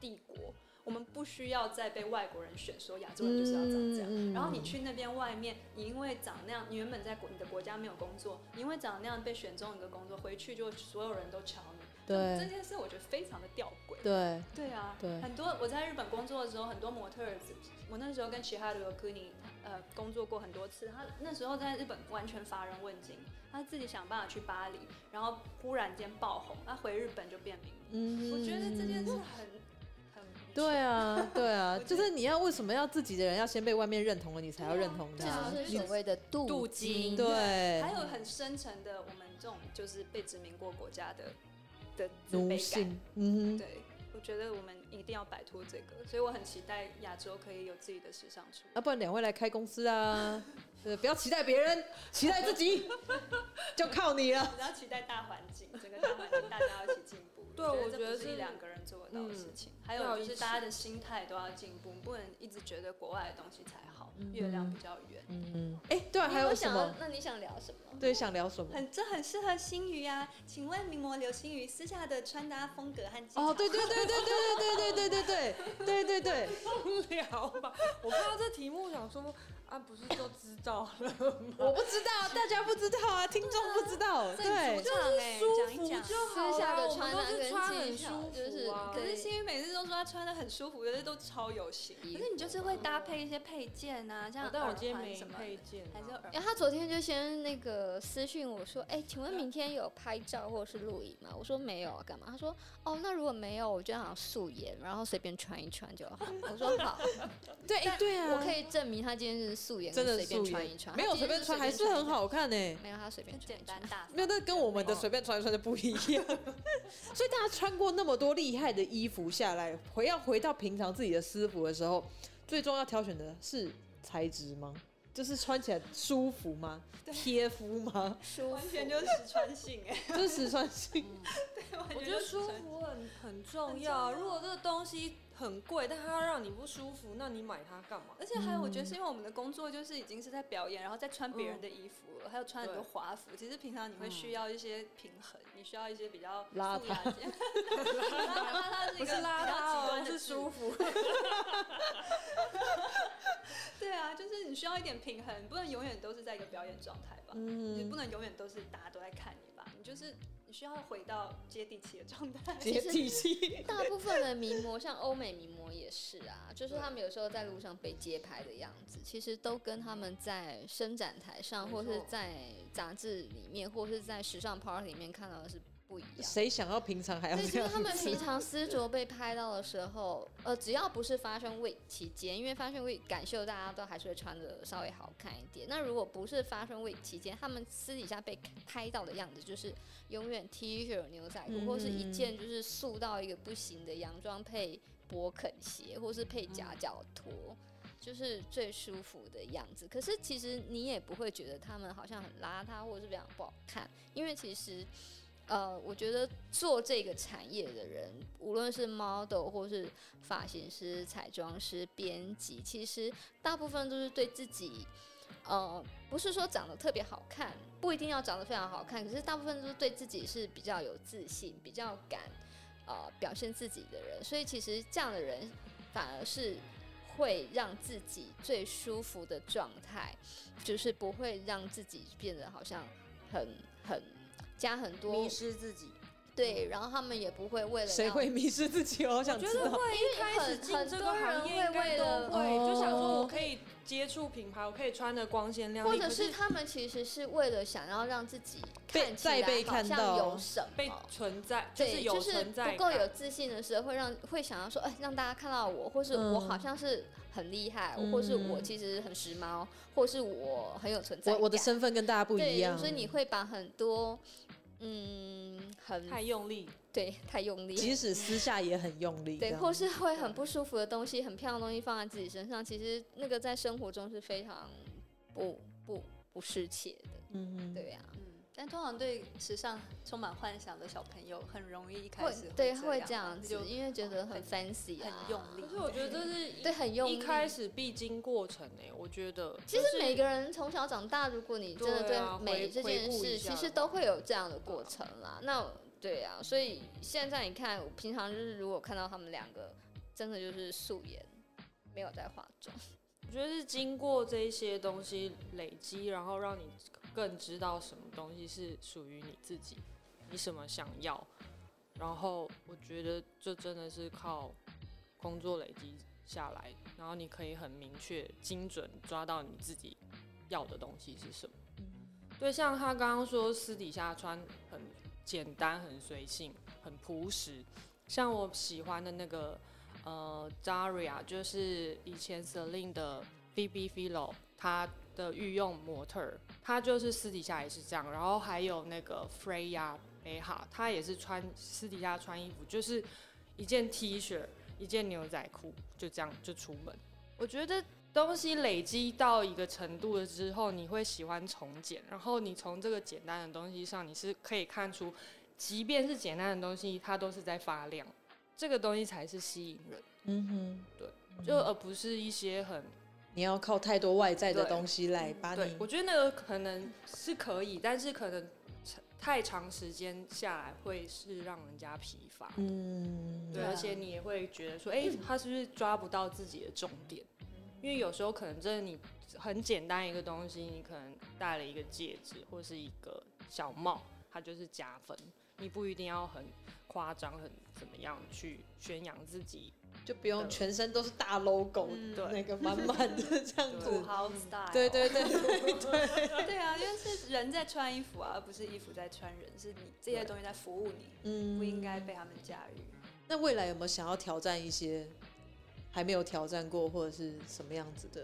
[SPEAKER 4] 帝国，我们不需要再被外国人选说亚洲人就是要长这样。
[SPEAKER 1] 嗯
[SPEAKER 4] 然后你去那边外面，你因为长那样，你原本在国你的国家没有工作，你因为长那样被选中一个工作，回去就所有人都瞧你。
[SPEAKER 1] 对
[SPEAKER 4] 这件事我觉得非常的吊诡。
[SPEAKER 1] 对，
[SPEAKER 4] 对啊，
[SPEAKER 1] 对
[SPEAKER 4] 很多我在日本工作的时候，很多模特儿子，我那时候跟 Chiharu Okuni 呃工作过很多次，他那时候在日本完全乏人问津，他自己想办法去巴黎，然后忽然间爆红，他回日本就变名模。
[SPEAKER 1] 嗯，
[SPEAKER 4] 我觉得这件事很很
[SPEAKER 1] 对啊，对啊，
[SPEAKER 4] 觉得
[SPEAKER 1] 就是你要为什么要自己的人要先被外面认同了，你才要认同
[SPEAKER 2] 这
[SPEAKER 1] 他。
[SPEAKER 2] 就是所谓的镀
[SPEAKER 3] 镀
[SPEAKER 2] 金。
[SPEAKER 3] 金
[SPEAKER 1] 对，
[SPEAKER 4] 还有很深层的我们这种就是被殖民过国家的的自
[SPEAKER 1] 奴
[SPEAKER 4] 卑感。
[SPEAKER 1] 性，嗯哼。
[SPEAKER 4] 对，我觉得我们一定要摆脱这个，所以我很期待亚洲可以有自己的时尚出路。
[SPEAKER 1] 啊，不然两位来开公司啊！对，不要期待别人，期待自己，就靠你了。
[SPEAKER 4] 只要期待大环境，整个大环境大家要一起进步。
[SPEAKER 3] 对我
[SPEAKER 4] 这
[SPEAKER 3] 觉得
[SPEAKER 4] 不是
[SPEAKER 3] 是嗯
[SPEAKER 4] 一两个人做得到的事情。还
[SPEAKER 3] 要
[SPEAKER 4] 有就
[SPEAKER 3] 一
[SPEAKER 4] 是
[SPEAKER 3] 起
[SPEAKER 4] 大家的心态都要进步，不能一直觉得国外的东西才好，
[SPEAKER 3] 嗯
[SPEAKER 4] 月亮比较圆。
[SPEAKER 1] 嗯，哎、对、啊，
[SPEAKER 2] 你
[SPEAKER 1] 还有什
[SPEAKER 2] 想要
[SPEAKER 1] 么？？
[SPEAKER 2] 那你想聊什么？
[SPEAKER 1] 对，想聊什么？
[SPEAKER 4] 很，这很适合星宇啊！请问名模刘星宇私下的穿搭风格和技巧
[SPEAKER 1] 哦，对对对对对对对对对对对对对，
[SPEAKER 3] 无聊吧？我看到这题目想说啊，不是都知道了
[SPEAKER 1] 我
[SPEAKER 3] 吗？
[SPEAKER 1] 不知道，大家不知道啊，听众不知道，对
[SPEAKER 2] 正主唱哎，
[SPEAKER 3] 舒
[SPEAKER 4] 欸讲一
[SPEAKER 3] 服
[SPEAKER 4] 讲
[SPEAKER 3] 就好
[SPEAKER 2] 私下的
[SPEAKER 3] 啦我们
[SPEAKER 2] 穿
[SPEAKER 3] 都
[SPEAKER 2] 搭
[SPEAKER 3] 是
[SPEAKER 2] 跟
[SPEAKER 3] 穿
[SPEAKER 2] 技
[SPEAKER 3] 很
[SPEAKER 2] 巧
[SPEAKER 3] 舒
[SPEAKER 2] 就是
[SPEAKER 3] 服啊
[SPEAKER 4] 可。是
[SPEAKER 2] 对
[SPEAKER 4] 星宇每次都说她穿的很舒服，可是都超有型。
[SPEAKER 2] 衣
[SPEAKER 4] 可是你就是会搭配一些配件啊，像
[SPEAKER 3] 哦但我
[SPEAKER 4] 耳
[SPEAKER 3] 今天
[SPEAKER 4] 环
[SPEAKER 3] 没
[SPEAKER 4] 什么
[SPEAKER 3] 配
[SPEAKER 4] 的，
[SPEAKER 3] 件啊，
[SPEAKER 4] 还是耳
[SPEAKER 2] 然后他昨天就先那个私讯我说，哎、请问明天有拍照或者是录影吗？我说没有啊，干嘛？他说，哦，那如果没有，我就好像素颜，然后随便穿一穿就好。我说 好，
[SPEAKER 1] 对，哎、对啊，
[SPEAKER 2] 我可以证明他今天是素颜，
[SPEAKER 1] 真的
[SPEAKER 2] 随便
[SPEAKER 1] 素颜
[SPEAKER 2] 穿一穿，
[SPEAKER 1] 没有随便穿，还是很，好看呢、
[SPEAKER 2] 没有他随便穿
[SPEAKER 4] 简
[SPEAKER 2] 一
[SPEAKER 4] 单
[SPEAKER 2] 穿。
[SPEAKER 4] 大方。
[SPEAKER 1] 没有，但跟我们
[SPEAKER 2] 哦
[SPEAKER 1] 的随便穿一穿就不一 样。所以大家穿过那么多厉害的衣服下来，回要回到平常自己的私服的时候，最重要挑选的是材质吗？就是穿起来舒服吗？贴肤 吗？
[SPEAKER 2] 舒
[SPEAKER 4] 完全
[SPEAKER 2] 服，
[SPEAKER 4] 就是实穿性哎、
[SPEAKER 1] 这是实穿性。
[SPEAKER 3] 我觉得舒服很很重要啊。如果这个东西很贵，但它让你不舒服，那你买它干嘛？
[SPEAKER 4] 而且还有，我觉
[SPEAKER 3] 嗯
[SPEAKER 4] 得是因为我们的工作就是已经是在表演，然后再穿别人的衣服了，还有穿很多华服。其实平常你会需要一些平衡，你需要一些比较
[SPEAKER 1] 邋遢
[SPEAKER 4] 素雅一些，嗯邋遢是一
[SPEAKER 3] 不
[SPEAKER 4] 个
[SPEAKER 3] 是邋
[SPEAKER 4] 比较
[SPEAKER 3] 遢
[SPEAKER 4] 极端
[SPEAKER 3] 哦，
[SPEAKER 4] 的
[SPEAKER 3] 是
[SPEAKER 4] 字
[SPEAKER 3] 舒服。
[SPEAKER 4] 对啊，就是你需要一点平衡，不能永远都是在一个表演状态吧，你
[SPEAKER 1] 嗯
[SPEAKER 4] 不，能永远都是大家都在看你吧，你就是你需要回到接地气的状 态。
[SPEAKER 1] 接地气。
[SPEAKER 2] 大部分的名模，像欧美名模也是啊，就是他们有时候在路上被街拍的样子，其实都跟他们在伸展台上，
[SPEAKER 3] 没
[SPEAKER 2] 或
[SPEAKER 3] 错
[SPEAKER 2] 是在杂志里面，或是在时尚 party 里面看到的是不一样。
[SPEAKER 1] 谁想要平常还要
[SPEAKER 2] 对，
[SPEAKER 1] 这
[SPEAKER 2] 就是
[SPEAKER 1] 样
[SPEAKER 2] 他们
[SPEAKER 1] 子
[SPEAKER 2] 平常丝着被拍到的时候，呃，只要不是 Fashion Week 期间，因为 Fashion Week 感受大家都还是会穿的稍微好看一点。那如果不是 Fashion Week 期间，他们私底下被拍到的样子，就是永远 T 恤、牛仔裤，或是一件就是素到一个不行的洋装配勃肯鞋，或是配夹脚拖。就是最舒服的样子。可是其实你也不会觉得他们好像很邋遢，或者是非常不好看，因为其实。呃，我觉得做这个产业的人，无论是 model 或是发型师、彩妆师、编辑，其实大部分都是对自己，呃，不是说长得特别好看，不一定要长得非常好看，可是大部分都是对自己是比较有自信、比较敢呃表现自己的人，所以其实这样的人反而是会让自己最舒服的状态，就是不会让自己变得好像很很加很多
[SPEAKER 4] 迷失自己。
[SPEAKER 2] 对，然后他们也不会为了
[SPEAKER 1] 谁
[SPEAKER 2] 要
[SPEAKER 1] 会迷失自己哦？我
[SPEAKER 3] 我
[SPEAKER 1] 想
[SPEAKER 3] 觉
[SPEAKER 1] 知道。
[SPEAKER 3] 得会一开始
[SPEAKER 2] 很
[SPEAKER 3] 进
[SPEAKER 2] 很
[SPEAKER 3] 这个
[SPEAKER 2] 多人
[SPEAKER 3] 行业，应
[SPEAKER 2] 会为
[SPEAKER 3] 该
[SPEAKER 2] 了
[SPEAKER 3] 都会就想说
[SPEAKER 1] 哦
[SPEAKER 3] 我可以接触品牌，我可以穿的光鲜亮丽，
[SPEAKER 2] 或者
[SPEAKER 3] 可
[SPEAKER 2] 是
[SPEAKER 3] 是
[SPEAKER 2] 他们其实是为了想要让自己
[SPEAKER 1] 被
[SPEAKER 2] 看起来
[SPEAKER 1] 再被
[SPEAKER 2] 好
[SPEAKER 1] 看
[SPEAKER 2] 像
[SPEAKER 1] 到
[SPEAKER 2] 有什么，
[SPEAKER 3] 被存在就
[SPEAKER 2] 对，
[SPEAKER 3] 是有
[SPEAKER 2] 就是
[SPEAKER 3] 存在
[SPEAKER 2] 不够
[SPEAKER 3] 感
[SPEAKER 2] 有自信的时候，会让会想要说，哎，让大家看到我，或是我好
[SPEAKER 1] 嗯
[SPEAKER 2] 像是很厉害，或是我
[SPEAKER 1] 嗯
[SPEAKER 2] 其实很时髦，或是我很有存在
[SPEAKER 1] 我
[SPEAKER 2] 感。
[SPEAKER 1] 我的身份跟大家不
[SPEAKER 2] 对
[SPEAKER 1] 一样，
[SPEAKER 2] 所以你会把很多，嗯，很
[SPEAKER 3] 太用力，
[SPEAKER 2] 对太用力，
[SPEAKER 1] 即使私下也很用力，这
[SPEAKER 2] 对，
[SPEAKER 1] 样
[SPEAKER 2] 或是会很不舒服的东西、很漂亮的东西放在自己身上，其实那个在生活中是非常不不不适切的，
[SPEAKER 1] 嗯，
[SPEAKER 2] 对啊呀、
[SPEAKER 4] 嗯，但通常对时尚充满幻想的小朋友，很容易一开
[SPEAKER 2] 会
[SPEAKER 4] 始
[SPEAKER 2] 对
[SPEAKER 4] 会啊
[SPEAKER 2] 会这样子
[SPEAKER 4] 就，
[SPEAKER 2] 因为觉得很
[SPEAKER 4] 很
[SPEAKER 2] fancy 啊，
[SPEAKER 4] 很用力
[SPEAKER 3] 可。是我觉得这是一
[SPEAKER 2] 对，很用力。
[SPEAKER 3] 一开始必经过程哎、我觉得
[SPEAKER 2] 其实每个人从小长大，如果你真的
[SPEAKER 3] 对啊
[SPEAKER 2] 对美
[SPEAKER 3] 回
[SPEAKER 2] 这件
[SPEAKER 3] 回顾
[SPEAKER 2] 事，
[SPEAKER 3] 一
[SPEAKER 2] 其
[SPEAKER 3] 下
[SPEAKER 2] 实
[SPEAKER 3] 的
[SPEAKER 2] 都会有这样的过程啦。那对啊，所以现在你看，我平常就是如果看到他们两个，真的就是素颜，没有在化妆。
[SPEAKER 3] 我觉得是经过这一些东西累积，然后让你更知道什么东西是属于你自己，你什么想要。然后我觉得这真的是靠工作累积下来，然后你可以很明确、精准抓到你自己要的东西是什么。对，像他刚刚说私底下穿很简单、很随性、很朴实，像我喜欢的那个呃 Daria 就是以前 Celine 的 Phoebe Philo，她的御用模特儿，她就是私底下也是这样。然后还有那个 Freya b 哈，她也是穿私底下穿衣服，就是一件 T 恤，一件牛仔裤，就这样就出门。我觉得东西累积到一个程度了之后，你会喜欢从简，然后你从这个简单的东西上，你是可以看出，即便是简单的东西，它都是在发亮。这个东西才是吸引人。
[SPEAKER 1] 嗯哼，
[SPEAKER 3] 就而不是一些很
[SPEAKER 1] 你要靠太多外在的
[SPEAKER 3] 对
[SPEAKER 1] 东西来把
[SPEAKER 3] 对
[SPEAKER 1] 你，
[SPEAKER 3] 我觉得那个可能是可以，但是可能长太长时间下来会是让人家疲乏，
[SPEAKER 1] 嗯，
[SPEAKER 3] 对，
[SPEAKER 4] 对啊
[SPEAKER 3] 而且你也会觉得说，哎、他是不是抓不到自己的重点？因为有时候可能真的你很简单一个东西，你可能戴了一个戒指或是一个小帽，它就是加分。你不一定要很夸张、很怎么样去宣扬自己，
[SPEAKER 1] 就不用全身都是大 logo，
[SPEAKER 4] 嗯
[SPEAKER 1] 对， 那个满满的这样
[SPEAKER 4] 土
[SPEAKER 1] 子，
[SPEAKER 4] 豪 style，
[SPEAKER 1] 对对对，
[SPEAKER 4] 对啊，因为是人在穿衣服啊，而不是衣服在穿人，是你这些东西在服务你，
[SPEAKER 1] 嗯，
[SPEAKER 4] 不应该被他们驾驭。
[SPEAKER 1] 那未来有没有想要挑战一些还没有挑战过，或者是什么样子的？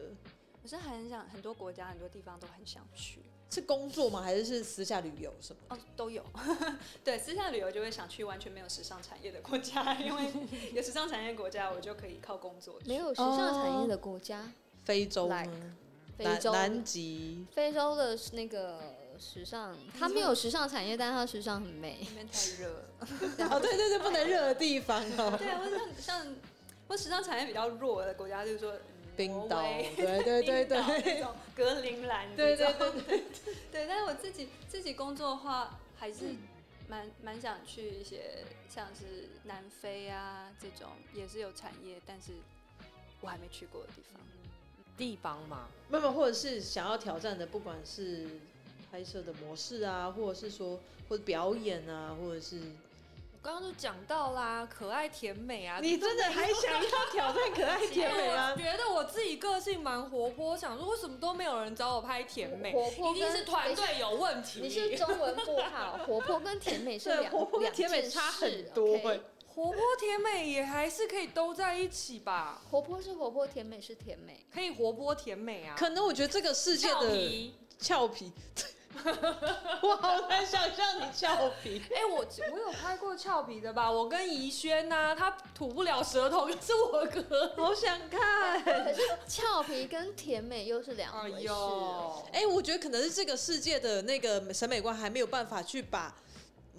[SPEAKER 4] 我是很想很多国家很多地方都很想去，
[SPEAKER 1] 是工作吗？还是是私下旅游什么？
[SPEAKER 4] 哦，都有。 对，私下旅游就会想去完全没有时尚产业的国家，因为有时尚产业国家，我就可以靠工作去。
[SPEAKER 2] 没有时尚产业
[SPEAKER 1] 哦
[SPEAKER 2] 的国家，
[SPEAKER 1] 非洲吗
[SPEAKER 2] Like，非
[SPEAKER 1] 南
[SPEAKER 2] 洲
[SPEAKER 1] 南极，
[SPEAKER 2] 非洲的那个时尚，它没有时尚产业，但它的时尚很美
[SPEAKER 4] 里。面太热了。
[SPEAKER 1] 哦，对对对，不能热的地方哦，
[SPEAKER 4] 对啊，或者像像或时尚产业比较弱的国家，就是说、嗯
[SPEAKER 1] 冰岛，
[SPEAKER 4] 挪威
[SPEAKER 1] 对对对
[SPEAKER 4] 冰岛
[SPEAKER 1] 对
[SPEAKER 4] 那，种格陵兰
[SPEAKER 1] 对
[SPEAKER 4] 这
[SPEAKER 1] 对
[SPEAKER 4] 种，对对 对。但是我自己自己工作的话，还是蛮蛮想去一些像是南非啊这种也是有产业，但是我还没去过的地方。
[SPEAKER 3] 地方嘛，
[SPEAKER 1] 没有，或者是想要挑战的，不管是拍摄的模式啊，或者是说或者表演啊，或者是
[SPEAKER 3] 刚刚都讲到啦，可爱甜美啊，
[SPEAKER 1] 你真的还想要挑战可爱甜美啊
[SPEAKER 3] 我
[SPEAKER 1] 吗？
[SPEAKER 3] 觉得我自己个性蛮活泼，我想说为什么都没有人找我拍甜美，
[SPEAKER 2] 活泼
[SPEAKER 3] 一定
[SPEAKER 2] 跟
[SPEAKER 3] 是团队有问题。
[SPEAKER 2] 你是中文不好， 活泼跟甜美是
[SPEAKER 1] 对，
[SPEAKER 2] 两
[SPEAKER 1] 活泼跟
[SPEAKER 2] 两
[SPEAKER 1] 甜美
[SPEAKER 2] 件
[SPEAKER 1] 差
[SPEAKER 2] 事
[SPEAKER 1] 很多、
[SPEAKER 2] ，OK
[SPEAKER 1] 欸。
[SPEAKER 3] 活泼甜美也还是可以都在一起吧，
[SPEAKER 2] 活泼是活泼，甜美是甜美。
[SPEAKER 3] 可以活泼甜美啊。
[SPEAKER 1] 可能我觉得这个世界
[SPEAKER 3] 俏
[SPEAKER 1] 的
[SPEAKER 3] 皮，
[SPEAKER 1] 俏 皮，我好难想象你俏 皮。
[SPEAKER 3] 哎、我我有拍过俏皮的吧？我跟怡轩呐、他吐不了舌头，可是我哥。
[SPEAKER 1] 好想看。
[SPEAKER 2] 可是俏皮跟甜美又是两
[SPEAKER 3] 哎
[SPEAKER 2] 回事哦。
[SPEAKER 3] 呦，
[SPEAKER 1] 哎、我觉得可能是这个世界的那个审美观还没有办法去把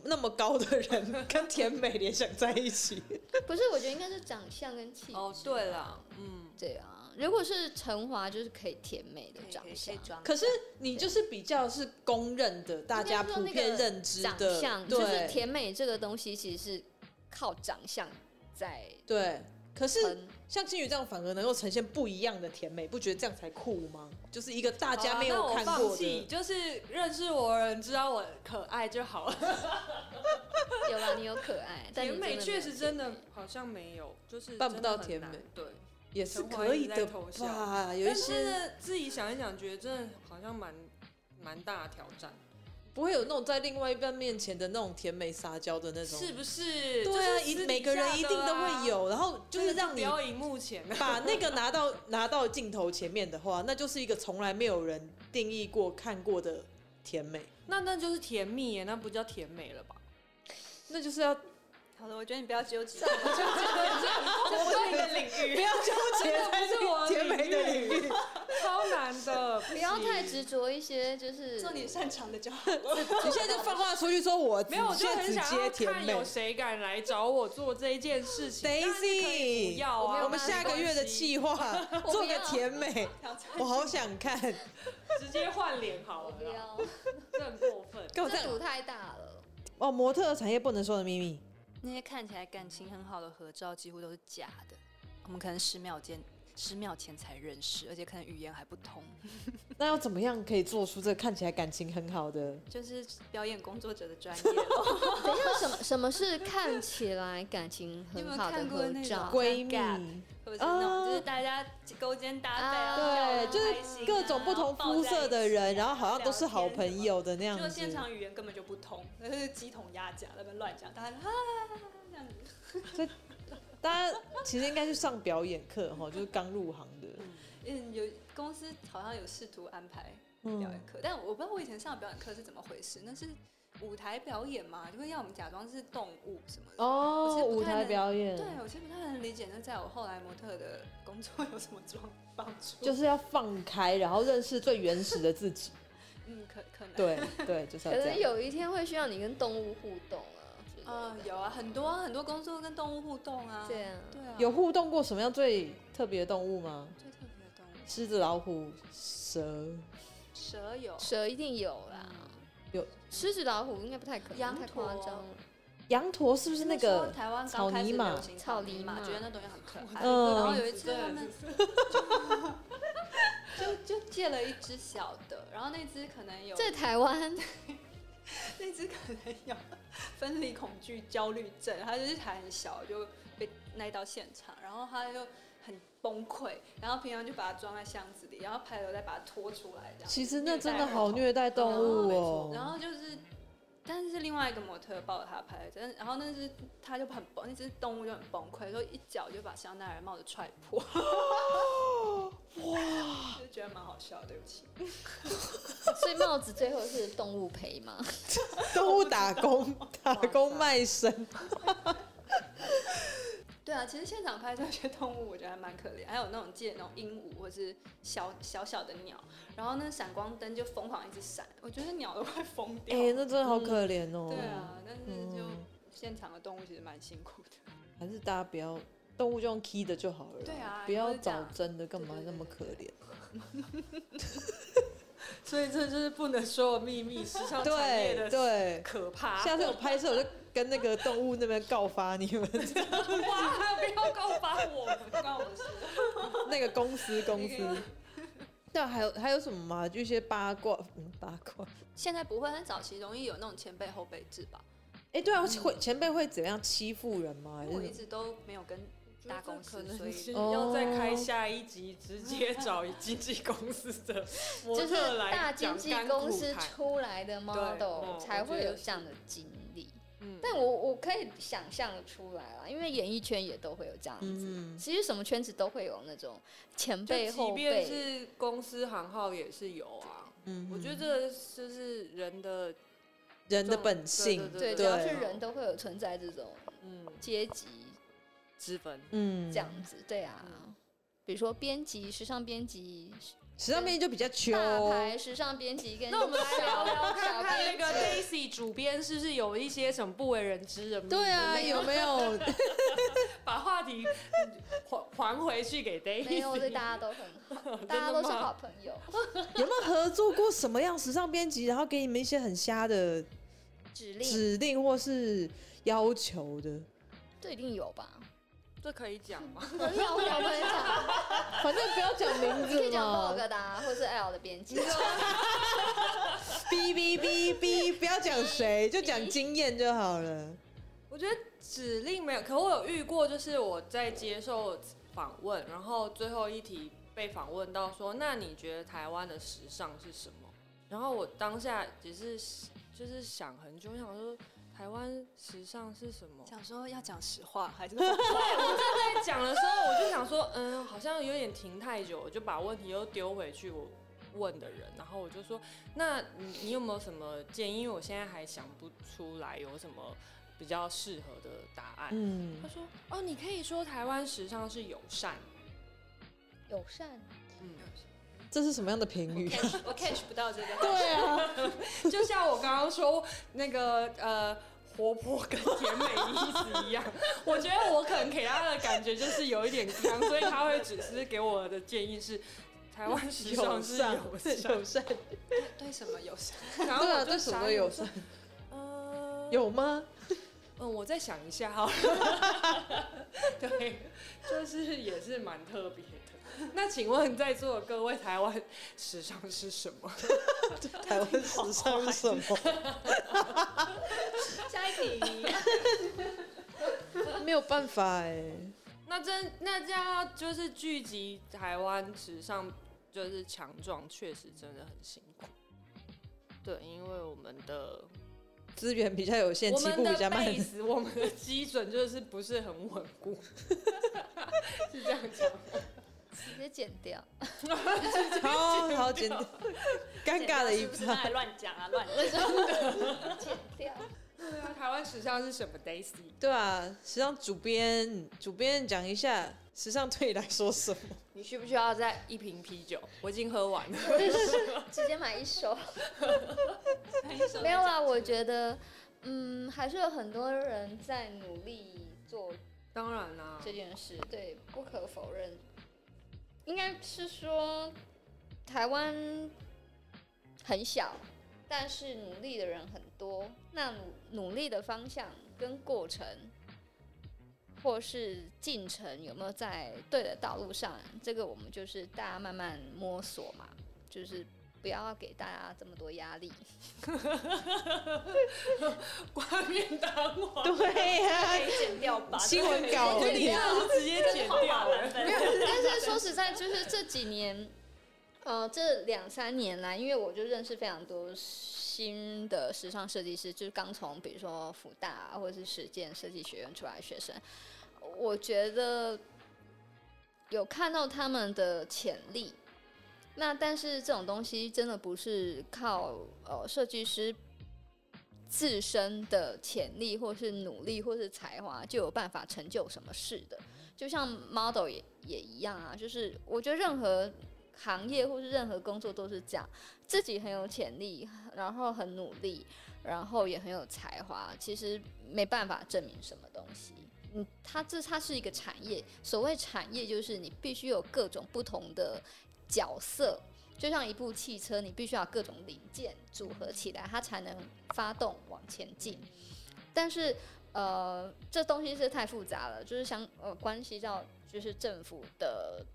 [SPEAKER 1] 那么高的人 跟甜美联想在一起。
[SPEAKER 2] 不是，我觉得应该是长相跟气质。
[SPEAKER 3] 哦，对了，嗯，
[SPEAKER 2] 对啊，如果是陈华，就是可以甜美的
[SPEAKER 4] 可以
[SPEAKER 2] 长
[SPEAKER 4] 可以可
[SPEAKER 2] 相
[SPEAKER 4] 以。装
[SPEAKER 1] 可是你就是比较是公认的，大家普遍认知
[SPEAKER 2] 长
[SPEAKER 1] 的，
[SPEAKER 2] 相
[SPEAKER 1] 对、
[SPEAKER 2] 就是甜美这个东西，其实是靠长相在
[SPEAKER 1] 对。可是
[SPEAKER 2] 撑。
[SPEAKER 1] 像金鱼这样反而能够呈现不一样的甜美，不觉得这样才酷吗？就是一个大
[SPEAKER 3] 好
[SPEAKER 1] 家
[SPEAKER 3] 啦
[SPEAKER 1] 没
[SPEAKER 3] 哦那
[SPEAKER 1] 有
[SPEAKER 3] 我
[SPEAKER 1] 看
[SPEAKER 3] 放
[SPEAKER 1] 过
[SPEAKER 3] 弃
[SPEAKER 1] 的。
[SPEAKER 3] 就是认识我的人知道我可爱就好了。
[SPEAKER 2] 有啦，你有可爱，但你
[SPEAKER 3] 甜美
[SPEAKER 2] 真的没有
[SPEAKER 3] 确实真的
[SPEAKER 2] 甜美
[SPEAKER 3] 好像没有，就是
[SPEAKER 1] 办不到
[SPEAKER 3] 真的很
[SPEAKER 1] 甜美
[SPEAKER 3] 难，对。
[SPEAKER 1] 也是
[SPEAKER 3] 陈华
[SPEAKER 1] 可
[SPEAKER 3] 一
[SPEAKER 1] 以
[SPEAKER 3] 直在
[SPEAKER 1] 的
[SPEAKER 3] 偷笑
[SPEAKER 1] 吧？有一
[SPEAKER 3] 但
[SPEAKER 1] 些
[SPEAKER 3] 是自己想一想，觉得真的好像蛮蛮大的挑战，
[SPEAKER 1] 不会有那种在另外一半面前的那种甜美撒娇的那种，
[SPEAKER 3] 是不是？
[SPEAKER 1] 对啊，
[SPEAKER 3] 就是私底
[SPEAKER 1] 一
[SPEAKER 3] 下
[SPEAKER 1] 每个人一定都
[SPEAKER 3] 的啊
[SPEAKER 1] 会，有，然后就是让
[SPEAKER 3] 不
[SPEAKER 1] 你
[SPEAKER 3] 要荧幕前啊，
[SPEAKER 1] 把那个拿到拿到镜头前面的话，那就是一个从来没有人定义过、看过的甜美，
[SPEAKER 3] 那那就是甜蜜耶，那不叫甜美了吧？
[SPEAKER 1] 那就是要
[SPEAKER 4] 好了，我觉得你不要纠结。
[SPEAKER 3] 这不是一个领
[SPEAKER 1] 不
[SPEAKER 3] 域，
[SPEAKER 1] 要纠 结在
[SPEAKER 3] 这不是我的
[SPEAKER 1] 甜美的领域。
[SPEAKER 3] 超难 的，
[SPEAKER 2] 不要太执着一些，就是
[SPEAKER 4] 做你擅长的就好。
[SPEAKER 1] 你现在就放话出去说我
[SPEAKER 3] 没有，我就
[SPEAKER 1] 现在
[SPEAKER 3] 很
[SPEAKER 1] 只
[SPEAKER 3] 想
[SPEAKER 1] 接
[SPEAKER 3] 要
[SPEAKER 1] 甜
[SPEAKER 3] 看
[SPEAKER 1] 美
[SPEAKER 3] 有。谁敢来找我做这一件事情。但是可以
[SPEAKER 1] Daisy，
[SPEAKER 3] 不要啊！
[SPEAKER 1] 我们下个月的计划
[SPEAKER 2] 要
[SPEAKER 1] 做个甜美，我好想看，
[SPEAKER 3] 直接换脸好
[SPEAKER 2] 我不
[SPEAKER 3] 了 啦，
[SPEAKER 2] 要，
[SPEAKER 3] 这很过分。
[SPEAKER 1] 跟我这
[SPEAKER 2] 这
[SPEAKER 1] 样
[SPEAKER 2] 赌太大了。
[SPEAKER 1] 哦，模特产业不能说的秘密。
[SPEAKER 4] 那些看起来感情很好的合照几乎都是假的，我们可能十秒间。十秒前才认识，而且可能语言还不通，
[SPEAKER 1] 那要怎么样可以做出这看起来感情很好的？
[SPEAKER 4] 就是表演工作者的专业 咯。
[SPEAKER 2] 等一下，什么什么是看起来感情
[SPEAKER 4] 你有没
[SPEAKER 2] 很
[SPEAKER 4] 有
[SPEAKER 2] 好的
[SPEAKER 4] 看过
[SPEAKER 2] 合
[SPEAKER 4] 那种
[SPEAKER 2] 照？
[SPEAKER 1] 闺
[SPEAKER 4] 尴
[SPEAKER 1] 蜜。
[SPEAKER 4] 或者是那种
[SPEAKER 1] 啊
[SPEAKER 4] 就是大家勾肩搭背哦
[SPEAKER 2] 啊
[SPEAKER 4] 啊，笑
[SPEAKER 1] 对，
[SPEAKER 4] 得很开
[SPEAKER 1] 就是
[SPEAKER 4] 心啊
[SPEAKER 1] 各种不同肤色的人，然后好像都是好朋。友的那
[SPEAKER 4] 然
[SPEAKER 1] 样
[SPEAKER 4] 后抱在一起啊聊
[SPEAKER 1] 子。
[SPEAKER 4] 天什么就现场语言根本就不通，那是鸡同鸭讲，那边乱讲，大家啊这样子。
[SPEAKER 1] 大家其实应该去上表演课哈，就是刚入行的。
[SPEAKER 4] 嗯，有公司好像有试图安排表
[SPEAKER 1] 嗯
[SPEAKER 4] 演，课，但我不知道我以前上的表演课是怎么回事，那是舞台表演嘛，就会要我们假装是动物什么的。我
[SPEAKER 1] 哦，
[SPEAKER 4] 其实不
[SPEAKER 1] 舞
[SPEAKER 4] 太
[SPEAKER 1] 台
[SPEAKER 4] 能
[SPEAKER 1] 表演
[SPEAKER 4] 对，我其实不太能理解，那在我后来模特的工作有什么装帮助？
[SPEAKER 1] 就是要放开，然后认识最原始的自己。
[SPEAKER 4] 嗯，可可能
[SPEAKER 1] 对对，就是要
[SPEAKER 2] 可
[SPEAKER 1] 这
[SPEAKER 2] 能
[SPEAKER 1] 样。
[SPEAKER 2] 有一天会需要你跟动物互动啊之类的。
[SPEAKER 4] 啊、有啊，很多啊很多工作跟动物互动啊，
[SPEAKER 2] 这样。
[SPEAKER 4] 对啊，
[SPEAKER 1] 有互动过什么样最特别的动物吗？
[SPEAKER 4] 最特别的动物，
[SPEAKER 1] 狮子、老虎、蛇、
[SPEAKER 4] 蛇有，嗯
[SPEAKER 2] 蛇一定有
[SPEAKER 1] 啊
[SPEAKER 2] 啦，
[SPEAKER 1] 有
[SPEAKER 2] 狮子、老虎应该不太可能，
[SPEAKER 4] 羊
[SPEAKER 2] 太
[SPEAKER 4] 驼
[SPEAKER 2] 夸张了。
[SPEAKER 1] 羊驼，是不是那
[SPEAKER 4] 时候
[SPEAKER 1] 个？
[SPEAKER 4] 台湾
[SPEAKER 1] 草
[SPEAKER 4] 刚开
[SPEAKER 1] 泥
[SPEAKER 4] 始
[SPEAKER 1] 马
[SPEAKER 4] 流行
[SPEAKER 2] 草泥
[SPEAKER 4] 泥
[SPEAKER 2] 马
[SPEAKER 4] 觉得那东西很可爱，
[SPEAKER 1] 嗯
[SPEAKER 4] 然后
[SPEAKER 3] 名
[SPEAKER 4] 有一
[SPEAKER 3] 字
[SPEAKER 4] 次他
[SPEAKER 3] 真的
[SPEAKER 4] 们就就借了一只小的，然后那只可能有
[SPEAKER 2] 在台湾，
[SPEAKER 4] 那只可能有分离恐惧焦虑症，它就是还很小就被带到现场，然后它就很崩溃，然后平常就把它装在箱子里，然后拍了再把它拖出来这样。
[SPEAKER 1] 其实那真的好虐待动
[SPEAKER 4] 然
[SPEAKER 1] 物
[SPEAKER 4] 后然
[SPEAKER 1] 哦。
[SPEAKER 4] 后就是，但是是另外一个模特抱着他拍，但然后那只他就很崩，那只动物就很崩溃，说一脚就把香奈儿帽子踹 破。哇！ 就觉得蛮好笑，对不起。
[SPEAKER 2] 所以帽子最后是动物赔吗？
[SPEAKER 1] 动物打工，打工卖身。
[SPEAKER 4] 对啊，其实现场拍照一些动物，我觉得还蛮可怜，还有那种借那种鹦鹉或是小小小的鸟，然后那闪光灯就疯狂一直闪，我觉得鸟都快疯掉。
[SPEAKER 1] 哎、那真的好可怜哦、
[SPEAKER 4] 对啊，但是就
[SPEAKER 1] 嗯
[SPEAKER 4] 现场的动物其实蛮辛苦的。
[SPEAKER 1] 还是大家不要动物就用 key 的就好了啦。
[SPEAKER 4] 对啊
[SPEAKER 1] 不要
[SPEAKER 4] 就是这
[SPEAKER 1] 找
[SPEAKER 4] 样
[SPEAKER 1] 真的，干嘛
[SPEAKER 4] 对对
[SPEAKER 1] 那
[SPEAKER 4] 对
[SPEAKER 1] 么
[SPEAKER 4] 对
[SPEAKER 1] 可怜？
[SPEAKER 3] 所以这就是不能说的秘密，时尚产
[SPEAKER 1] 对
[SPEAKER 3] 业的
[SPEAKER 1] 对，
[SPEAKER 3] 可怕。
[SPEAKER 1] 下次我 拍摄我就跟那个动物那边告发你们
[SPEAKER 3] 哇，不要告发我们！
[SPEAKER 4] 不关我的事。
[SPEAKER 1] 那个公司公司。对啊，还有还有什么吗？就一些八卦，嗯，八卦。
[SPEAKER 4] 现在不会，很早期容易有那种前辈后辈制吧。
[SPEAKER 1] 哎，对啊，会前辈会怎么样欺负人吗？还
[SPEAKER 4] 因为我一
[SPEAKER 1] 是
[SPEAKER 4] 直都没有跟大公司
[SPEAKER 3] 可，
[SPEAKER 4] 所
[SPEAKER 3] 能是
[SPEAKER 4] 以
[SPEAKER 3] 要再开下一集，直接找经纪公司的模
[SPEAKER 2] 就是
[SPEAKER 3] 特
[SPEAKER 2] 大
[SPEAKER 3] 来
[SPEAKER 2] 经
[SPEAKER 3] 讲
[SPEAKER 2] 纪
[SPEAKER 3] 甘
[SPEAKER 2] 公
[SPEAKER 3] 苦
[SPEAKER 2] 司
[SPEAKER 3] 谈
[SPEAKER 2] 出来的 model
[SPEAKER 3] 哦
[SPEAKER 2] 才
[SPEAKER 3] 我觉
[SPEAKER 2] 会有
[SPEAKER 3] 得
[SPEAKER 2] 这样的经历。
[SPEAKER 3] 嗯
[SPEAKER 2] 但我我可以想象得出来啦，因为演艺圈也都会有这样子。
[SPEAKER 1] 嗯，
[SPEAKER 2] 其实什么圈子都会有那种前辈
[SPEAKER 3] 就
[SPEAKER 2] 后
[SPEAKER 3] 即便
[SPEAKER 2] 辈，
[SPEAKER 3] 是公司行号也是有啊。
[SPEAKER 1] 嗯
[SPEAKER 3] 我觉得这就是人的
[SPEAKER 1] 人的
[SPEAKER 3] 这种
[SPEAKER 1] 本性，
[SPEAKER 3] 对
[SPEAKER 2] 对，只
[SPEAKER 1] 对
[SPEAKER 2] 要是人都会有存在这种
[SPEAKER 3] 嗯
[SPEAKER 2] 阶级
[SPEAKER 3] 之分，
[SPEAKER 1] 嗯，
[SPEAKER 2] 这样子。对
[SPEAKER 3] 嗯
[SPEAKER 2] 啊，比如说编辑、时尚编辑、
[SPEAKER 1] 时尚编辑就比较秋，
[SPEAKER 2] 大牌时尚编辑跟
[SPEAKER 3] 那我们来聊聊
[SPEAKER 2] 小
[SPEAKER 3] 看看那
[SPEAKER 2] 编
[SPEAKER 3] 个 Daisy 主编是不是有一些什么不为人知的秘密？
[SPEAKER 1] 对啊，
[SPEAKER 3] 类的
[SPEAKER 1] 有没有？
[SPEAKER 3] 把话题还还回去给
[SPEAKER 2] 没有，对
[SPEAKER 3] Daisy。
[SPEAKER 2] 大家 都很好，大家都是
[SPEAKER 3] 哦真的吗
[SPEAKER 2] 好朋友。
[SPEAKER 1] 有没有合作过什么样时尚编辑，然后给你们一些很瞎的
[SPEAKER 2] 指令
[SPEAKER 1] 指令或是要求的？
[SPEAKER 2] 这一定有 吧？
[SPEAKER 3] 这可以讲 吗？
[SPEAKER 2] 可以啊，我想分享，
[SPEAKER 1] 反正不要讲名
[SPEAKER 2] 可以
[SPEAKER 1] 字
[SPEAKER 2] 讲
[SPEAKER 1] 嘛
[SPEAKER 2] Vogue 的啊，或是 L 的编辑。
[SPEAKER 1] 哔哔哔哔，不要讲谁，就讲经验就好了。
[SPEAKER 3] 我觉得指令没有，可我有遇过，就是我在接受访问，然后最后一题被访问到说，那你觉得台湾的时尚是什么？然后我当下只是就是想很久，我想说台湾时尚是什么？
[SPEAKER 4] 想说要讲实话还是
[SPEAKER 3] 在讲的时候，我就想说，嗯，好像有点停太久，我就把问题又丢回去我问的人，然后我就说，那你你有没有什么建议？因为我现在还想不出来有什么比较适合的答案。
[SPEAKER 1] 嗯
[SPEAKER 3] 他，说，哦，你可以说台湾时尚是友善，
[SPEAKER 2] 友善，
[SPEAKER 3] 嗯，
[SPEAKER 1] 这是什么样的评 语？
[SPEAKER 4] catch 我 catch 不到这个，
[SPEAKER 1] 对啊，
[SPEAKER 3] 就像我刚刚说那个呃。活泼跟甜美的意思一样，我觉得我可能给他的感觉就是有一点刚，所以他会只是给我的建议是，台湾时尚是友善，
[SPEAKER 1] 友善，
[SPEAKER 4] 对什么友善？
[SPEAKER 3] 然后
[SPEAKER 1] 对啊，
[SPEAKER 3] 我就
[SPEAKER 1] 对什
[SPEAKER 3] 傻
[SPEAKER 1] 么
[SPEAKER 3] 眼
[SPEAKER 1] 友
[SPEAKER 3] 我说
[SPEAKER 1] 善？
[SPEAKER 3] 呃，
[SPEAKER 1] 有 吗？
[SPEAKER 3] 嗯，我再想一 下好了。对，就是也是蛮特别的。那请问在座的各位，台湾时尚是什么？
[SPEAKER 1] 台湾时尚是什 么？
[SPEAKER 4] 下一题，
[SPEAKER 1] 没有办法哎、
[SPEAKER 3] 那真那这样要就是聚集台湾时尚就是强壮，确实真的很辛苦。对，因为我们的
[SPEAKER 1] 资源比较有限，
[SPEAKER 3] 我
[SPEAKER 1] 起步
[SPEAKER 3] 们的
[SPEAKER 1] 比较慢。
[SPEAKER 3] base，我 们的基准就是不是很稳固，是这样讲吗。
[SPEAKER 2] 直接剪掉。
[SPEAKER 1] 好好简单，尴尬的一
[SPEAKER 4] 是不是刚
[SPEAKER 1] 趴。
[SPEAKER 4] 才乱讲啊？乱
[SPEAKER 2] 剪掉。
[SPEAKER 3] 对啊，台湾时尚是什么？Daisy，
[SPEAKER 1] 对啊，时尚主编，主编讲一下时尚对你来说什么？
[SPEAKER 3] 你需不需要再一瓶啤酒？我已经喝完了。
[SPEAKER 2] 直接买一手。
[SPEAKER 4] 讲，
[SPEAKER 2] 没有啦，我觉得，嗯，还是有很多人在努力做
[SPEAKER 3] 当然啦
[SPEAKER 2] 这件事，对，不可否认。应该是说，台湾很小，但是努力的人很多。那努努力的方向跟过程，或是进程有没有在对的道路上，这个我们就是大家慢慢摸索嘛，就是不要给大家这么多压力。
[SPEAKER 3] 冠冕堂 皇，
[SPEAKER 1] 对呀、
[SPEAKER 4] 可以剪掉吧？
[SPEAKER 1] 新闻稿啊
[SPEAKER 3] 我觉得
[SPEAKER 1] 对
[SPEAKER 3] 你这样是直接剪掉了。
[SPEAKER 2] 但是说实在，就是这几年，呃，这两三年来，因为我就认识非常多新的时尚设计师，就是刚从比如说福大啊或者是实践设计学院出来的学生，我觉得有看到他们的潜力。那但是这种东西真的不是靠呃设计师自身的潜力，或是努力，或是才华就有办法成就什么事的。就像 model 也也一样啊，就是我觉得任何行业或是任何工作都是这样，自己很有潜力，然后很努力，然后也很有才华，其实没办法证明什么东西。嗯，它这它是一个产业，所谓产业就是你必须有各种不同的角色。就像一部汽车，你必须要有各种零件组合起来，它才能发动往前进。但是呃，这东西是太复杂了，就是相呃关系到就是政府的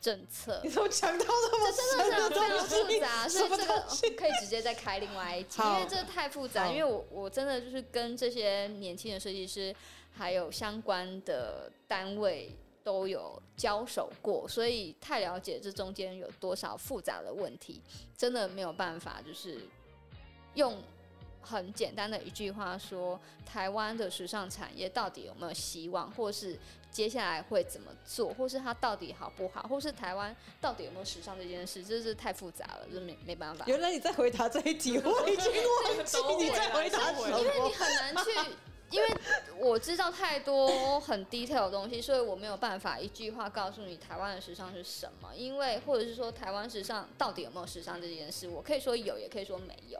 [SPEAKER 2] 政策
[SPEAKER 1] 你。怎么讲到那么
[SPEAKER 2] 真
[SPEAKER 1] 深
[SPEAKER 2] 的是
[SPEAKER 1] 的
[SPEAKER 2] 非常
[SPEAKER 1] 东
[SPEAKER 2] 复
[SPEAKER 1] 西？
[SPEAKER 2] 杂，所
[SPEAKER 1] 什
[SPEAKER 2] 以
[SPEAKER 1] 么
[SPEAKER 2] 这个
[SPEAKER 1] 东西？
[SPEAKER 2] 可以直接再开另外一集，因
[SPEAKER 1] 好
[SPEAKER 2] 为这太复杂。
[SPEAKER 1] 好
[SPEAKER 2] 因为我我真的就是跟这些年轻的设计师，还有相关的单位都有交手过，所以太了解这中间有多少复杂的问题，真的没有办法就是用。很简单的一句话说，台湾的时尚产业到底有没有希望，或是接下来会怎么做，或是它到底好不好，或是台湾到底有没有时尚这件事，这是太复杂了，这没没办法。
[SPEAKER 1] 原来你在回答这一题，我已经忘记你在回答什
[SPEAKER 2] 因为
[SPEAKER 1] 么
[SPEAKER 2] 你。很难去，因为我知道太多很 detail 的东西，所以我没有办法一句话告诉你台湾的时尚是什么，因为或者是说台湾时尚到底有没有时尚这件事，我可以说有，也可以说没有。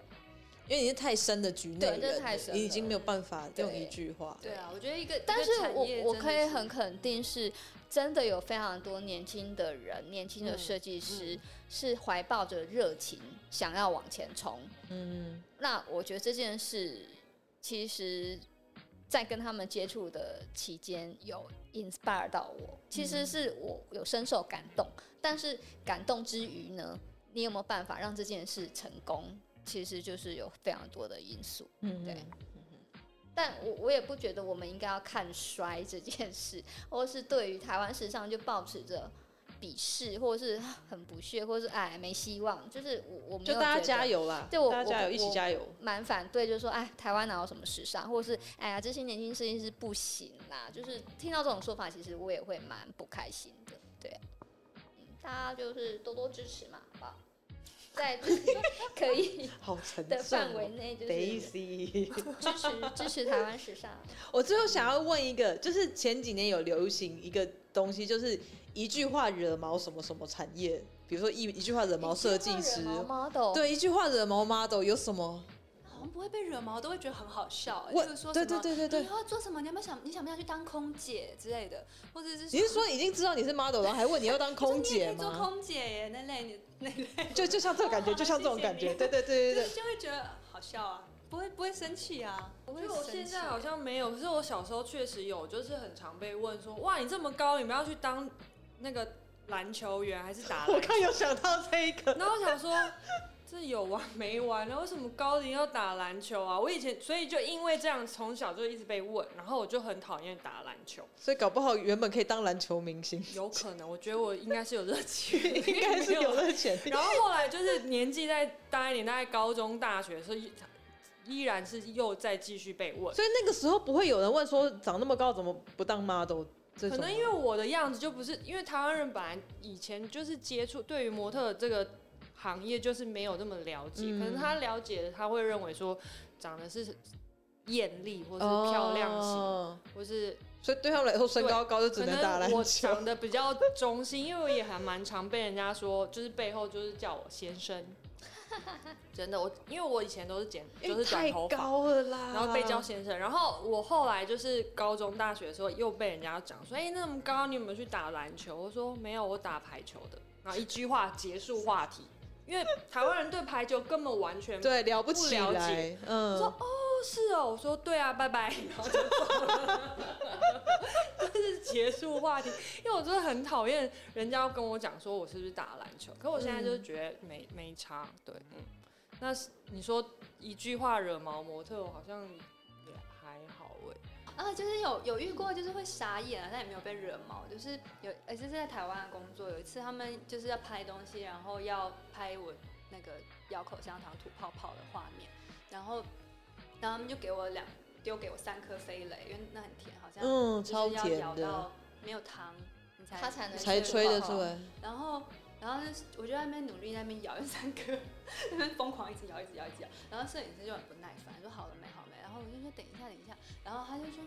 [SPEAKER 1] 因为你是太深的局内人
[SPEAKER 2] 对这
[SPEAKER 1] 了，
[SPEAKER 2] 太深了
[SPEAKER 1] 你已经没有办法用
[SPEAKER 2] 对
[SPEAKER 1] 一句话。
[SPEAKER 4] 对啊，我觉得一个，
[SPEAKER 2] 但
[SPEAKER 4] 一
[SPEAKER 2] 是
[SPEAKER 4] 个产
[SPEAKER 2] 我
[SPEAKER 4] 业
[SPEAKER 2] 我
[SPEAKER 4] 真
[SPEAKER 2] 可
[SPEAKER 4] 的
[SPEAKER 2] 以
[SPEAKER 4] 是
[SPEAKER 2] 很肯定是，真的有非常多年轻的人、年轻的
[SPEAKER 1] 嗯
[SPEAKER 2] 设计师、是怀抱着热情想要往前冲。
[SPEAKER 1] 嗯，
[SPEAKER 2] 那我觉得这件事，其实，在跟他们接触的期间，有 inspire 到我，其
[SPEAKER 4] 嗯
[SPEAKER 2] 实是我有深受感动。但是感动之余呢，你有没有办法让这件事成功？其实就是有非常多的因素。
[SPEAKER 1] 嗯
[SPEAKER 2] 对但我我也不觉得我们应该要看衰这件事， 或是对于台湾时尚就保持着鄙视，或是很不屑，或是哎没希望。就是我我没
[SPEAKER 1] 就
[SPEAKER 2] 有
[SPEAKER 1] 大家
[SPEAKER 2] 觉得
[SPEAKER 1] 加油啦！
[SPEAKER 2] 对我
[SPEAKER 1] 大家加
[SPEAKER 2] 我
[SPEAKER 1] 油，一起
[SPEAKER 2] 我
[SPEAKER 1] 加油。
[SPEAKER 2] 蛮反对，就是说，哎，台湾哪有什么时尚，或者是哎呀，这些年轻设计师不行啦。就是听到这种说法，其实我也会蛮不开心的。对，嗯，大家就是多多支持嘛，好不好？在自己可以
[SPEAKER 1] 好沉重
[SPEAKER 2] 的
[SPEAKER 1] 哦。
[SPEAKER 2] 范围内，就是 支
[SPEAKER 1] Daisy，
[SPEAKER 2] 持支持台湾时尚。
[SPEAKER 1] 我最后想要问一个，就是前几年有流行一个东西，就是一句话惹毛什么什么产业，比如说一一句话惹毛设计师，
[SPEAKER 2] 毛 model，
[SPEAKER 1] 对，一句话惹毛 model 有什么？
[SPEAKER 4] 好像不会被惹毛，都会觉得很好笑、欸。
[SPEAKER 1] 我
[SPEAKER 4] 就是说什
[SPEAKER 1] 对
[SPEAKER 4] 么，
[SPEAKER 1] 对对对对
[SPEAKER 4] 你以，后要做什么？你要不要想？你想不想去当空姐之类的？或者是
[SPEAKER 1] 你是说已经知道你是 model，然后还问你要当空姐
[SPEAKER 4] 就是你也可以做
[SPEAKER 1] 吗？
[SPEAKER 4] 空姐耶，那类你那类，
[SPEAKER 1] 就就像这种感觉，就像这种感
[SPEAKER 4] 谢
[SPEAKER 1] 觉，
[SPEAKER 4] 谢你
[SPEAKER 1] 对对对对
[SPEAKER 4] 就
[SPEAKER 1] 对
[SPEAKER 4] 是。就会觉得好笑啊，不会不会生气啊，不会
[SPEAKER 3] 所以我
[SPEAKER 4] 生
[SPEAKER 3] 现
[SPEAKER 4] 气
[SPEAKER 3] 在
[SPEAKER 1] 啊
[SPEAKER 3] 好像没有，可是我小时候确实有，就是很常被问说，哇，你这么高，你们要去当那个篮球员还是打
[SPEAKER 1] 我
[SPEAKER 3] 篮球？
[SPEAKER 1] 刚有想到这一个，
[SPEAKER 3] 然后我想说，这有完没完呢？为什么高龄要打篮球啊？我以前所以就因为这样，从小就一直被问，然后我就很讨厌打篮球。
[SPEAKER 1] 所以搞不好原本可以当篮球明星，
[SPEAKER 3] 有可能，我觉得我应该是有热情，
[SPEAKER 1] 应该是有。这潜力。
[SPEAKER 3] 然后后来就是年纪再大一点，大概高中、大学的时候，依依然是又再继续被问。
[SPEAKER 1] 所以那个时候不会有人问说长那么高怎么不当 model 这种吗，
[SPEAKER 3] 可能因为我的样子就不是，因为台湾人本来以前就是接触对于模特这个行业就是没有那么了解，
[SPEAKER 1] 嗯
[SPEAKER 3] 可能他了解的他会认为说长得是艳丽或是漂亮型，
[SPEAKER 1] 哦
[SPEAKER 3] 或是
[SPEAKER 1] 所以对他们来说身高高就只
[SPEAKER 3] 可
[SPEAKER 1] 能打
[SPEAKER 3] 能
[SPEAKER 1] 篮
[SPEAKER 3] 我
[SPEAKER 1] 球。
[SPEAKER 3] 长得比较中性，因为我也还蛮常被人家说，就是背后就是叫我先生， 真的我因为我以前都是剪
[SPEAKER 1] 因
[SPEAKER 3] 就
[SPEAKER 1] 为
[SPEAKER 3] 是短
[SPEAKER 1] 太
[SPEAKER 3] 头发，
[SPEAKER 1] 高了啦，
[SPEAKER 3] 然后被叫先生。然后我后来就是高中、大学的时候又被人家讲说：“哎、那么高，你有没有去打篮球？”我说：“没有，我打排球的。”然后一句话结束话题，因为台湾人对排球根本完全不
[SPEAKER 1] 对了不
[SPEAKER 3] 不
[SPEAKER 1] 起
[SPEAKER 3] 了
[SPEAKER 1] 来，嗯，
[SPEAKER 3] 说是哦。我说：“对啊，拜拜。”然后就走 了，就是结束话题。因为我真的很讨厌人家要跟我讲说我是不是打篮球，可我现在就是觉得没、没差。对，嗯，那是你说一句话惹毛模特，我好像也还好哎、
[SPEAKER 4] 啊，就是有有遇过，就是会傻眼啊，但也没有被惹毛。就是有，而且是在台湾工作，有一次他们就是要拍东西，然后要拍我那个咬口香糖吐泡泡的画面，然后然后他们就给我两丢给我三颗飞雷，因为那很甜，好像
[SPEAKER 1] 嗯，
[SPEAKER 4] 就是
[SPEAKER 1] 超
[SPEAKER 4] 要
[SPEAKER 1] 甜
[SPEAKER 4] 咬
[SPEAKER 1] 的，
[SPEAKER 4] 到没有糖，你才
[SPEAKER 2] 它才能
[SPEAKER 1] 才吹得出
[SPEAKER 4] 来。
[SPEAKER 1] 来。
[SPEAKER 4] 然后，然后就是我就在那边努力，在那边咬，有三 颗，那边疯狂一直咬，一直咬，一直咬。然后摄影师就很不耐烦，说好了没，好了没。然后我就说等一下，等一下。然后他就说，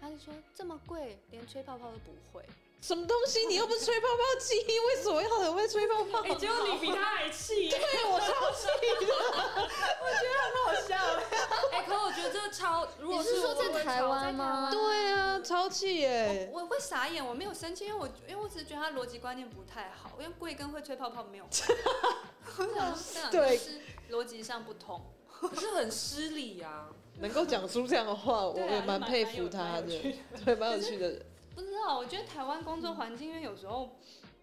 [SPEAKER 4] 他就说这么贵，连吹泡泡都不会。
[SPEAKER 1] 什么东西？你又不是吹泡泡机，为什么要很会吹泡泡？
[SPEAKER 3] 哎、结果你比他还气耶！
[SPEAKER 1] 对我
[SPEAKER 3] 啊
[SPEAKER 1] 超气的，
[SPEAKER 4] 好笑，
[SPEAKER 3] 哎、可我觉得这超，如果
[SPEAKER 2] 你是
[SPEAKER 3] 我
[SPEAKER 2] 说
[SPEAKER 3] 我会
[SPEAKER 2] 在台
[SPEAKER 3] 超
[SPEAKER 2] 湾吗？
[SPEAKER 1] 对啊，超气耶！
[SPEAKER 4] 我会傻眼，我没有生气，因为我因为我只是觉得他逻辑观念不太好，因为贵跟会吹泡泡没有关 系。我想说这两个
[SPEAKER 1] 对
[SPEAKER 4] 是逻辑上不同。
[SPEAKER 3] 可是很失礼啊！
[SPEAKER 1] 能够讲出这样的话，我
[SPEAKER 4] 对啊
[SPEAKER 1] 也
[SPEAKER 4] 就
[SPEAKER 1] 蛮
[SPEAKER 4] 蛮
[SPEAKER 1] 佩服他的，对，蛮有趣的。
[SPEAKER 4] 不知道，我觉得台湾工作环境，因为有时候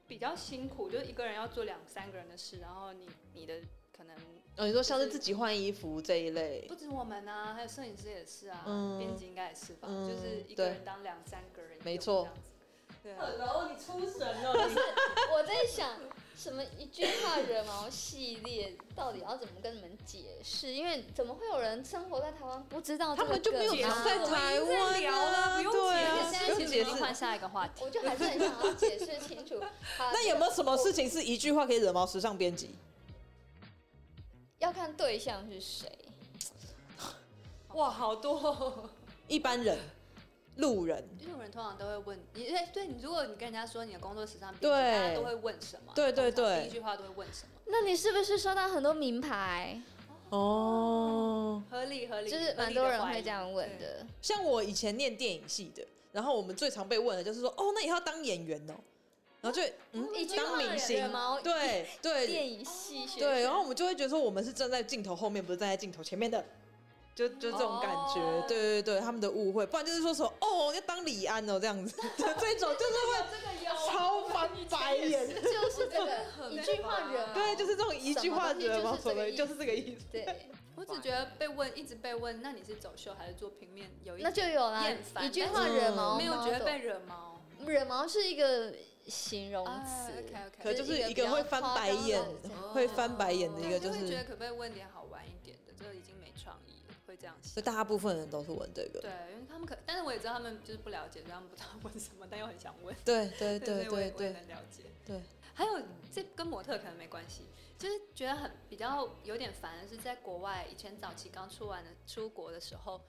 [SPEAKER 4] 比较辛苦，就是一个人要做两三个人的事，然后你你的可能
[SPEAKER 1] 哦，你说像是自己换衣服这一类，
[SPEAKER 4] 不止我们啊，还有摄影师也是啊，
[SPEAKER 1] 嗯
[SPEAKER 4] 编辑应该也是吧，
[SPEAKER 1] 嗯
[SPEAKER 4] 就是一个
[SPEAKER 1] 对
[SPEAKER 4] 人当两三个人用
[SPEAKER 1] 没错
[SPEAKER 4] 这样子，对啊，
[SPEAKER 1] Hello，你哦出神了，你
[SPEAKER 2] 我在想，什么一句话惹毛系列到底要怎么跟你们解释？因为怎么会有人生活在台湾不知道
[SPEAKER 1] 他
[SPEAKER 2] 这个
[SPEAKER 1] 们就没有
[SPEAKER 2] 梗啊
[SPEAKER 1] 在台湾啊，对啊，不
[SPEAKER 4] 现在
[SPEAKER 1] 用解
[SPEAKER 4] 其实
[SPEAKER 1] 释
[SPEAKER 4] 已经。换下一个话题，
[SPEAKER 2] 我就还是很想要解释清楚。好
[SPEAKER 1] 那有没有什么事情是一句话可以惹毛时尚编辑？
[SPEAKER 2] 要看对象是谁？
[SPEAKER 5] 哇，好多、哦，
[SPEAKER 1] 一般人、路人，
[SPEAKER 4] 因为有人通常都会问你，哎，对你，如果你跟人家说你的工作时尚编辑，
[SPEAKER 1] 对
[SPEAKER 4] 大家都会问什么？
[SPEAKER 1] 对对
[SPEAKER 4] 通常
[SPEAKER 1] 对
[SPEAKER 4] 哦第一句话都会问什么？
[SPEAKER 2] 那你是不是收到很多名牌？
[SPEAKER 1] 哦，
[SPEAKER 4] 合理合理，
[SPEAKER 2] 就是蛮多人会这样问的。
[SPEAKER 1] 像我以前念电影系的，然后我们最常被问的就是说，哦，那以后要当演员哦，然后就
[SPEAKER 4] 哦
[SPEAKER 1] 嗯
[SPEAKER 2] 一句，
[SPEAKER 1] 当
[SPEAKER 2] 话
[SPEAKER 1] 明
[SPEAKER 2] 惹
[SPEAKER 1] 星，
[SPEAKER 2] 毛
[SPEAKER 1] 对对
[SPEAKER 2] 电影系学
[SPEAKER 1] 对，
[SPEAKER 2] 生
[SPEAKER 1] 然后我们就会觉得说，我们是站在镜头后面，不是站在镜头前面的。就就这种感觉，
[SPEAKER 4] 哦
[SPEAKER 1] 对对对，他们的误会，不然就是说什么哦，要当李安哦这样 子，这种就是
[SPEAKER 4] 这个有
[SPEAKER 1] 会超翻白 眼，
[SPEAKER 2] 就是这个
[SPEAKER 4] 很
[SPEAKER 2] 一句话惹毛，
[SPEAKER 1] 对，就是这种一句话惹毛什
[SPEAKER 2] 什么
[SPEAKER 1] 么
[SPEAKER 2] 东，西
[SPEAKER 1] 就
[SPEAKER 2] 就是
[SPEAKER 1] 这个意思。
[SPEAKER 2] 对，
[SPEAKER 4] 我只觉得被问，一直被问，那你是走秀还是做平面？有一
[SPEAKER 2] 那就有啦
[SPEAKER 4] 厌。烦
[SPEAKER 2] 一句话惹
[SPEAKER 1] 嗯
[SPEAKER 2] 毛，
[SPEAKER 4] 没有觉得
[SPEAKER 2] 被
[SPEAKER 4] 被惹毛？哦
[SPEAKER 2] 惹毛是一个形
[SPEAKER 1] 啊
[SPEAKER 2] 容词。
[SPEAKER 4] 啊 OK
[SPEAKER 1] 可能
[SPEAKER 4] OK，
[SPEAKER 1] 就是
[SPEAKER 2] 一个
[SPEAKER 1] 一
[SPEAKER 2] 比
[SPEAKER 1] 个
[SPEAKER 2] 较
[SPEAKER 1] 会翻白眼
[SPEAKER 2] 夸张的、
[SPEAKER 1] 会翻白眼的一个，
[SPEAKER 4] 哦就会觉
[SPEAKER 1] 是
[SPEAKER 4] 得可不可以问点好玩一点的？这个已经没创意了，会这样
[SPEAKER 1] 就
[SPEAKER 4] 想。
[SPEAKER 1] 大部分人都是问这个。
[SPEAKER 4] 对，因为他们可，但是我也知道他们就是不了解，所以他们不知道问什么，但又很想问。
[SPEAKER 1] 对对 对
[SPEAKER 4] 对我也
[SPEAKER 1] 对
[SPEAKER 4] 我也
[SPEAKER 1] 对
[SPEAKER 4] 能了解。
[SPEAKER 1] 对，
[SPEAKER 4] 还有这跟模特可能没关系，就是觉得很比较有点烦的是，在国外以前早期刚出完的出国的时候，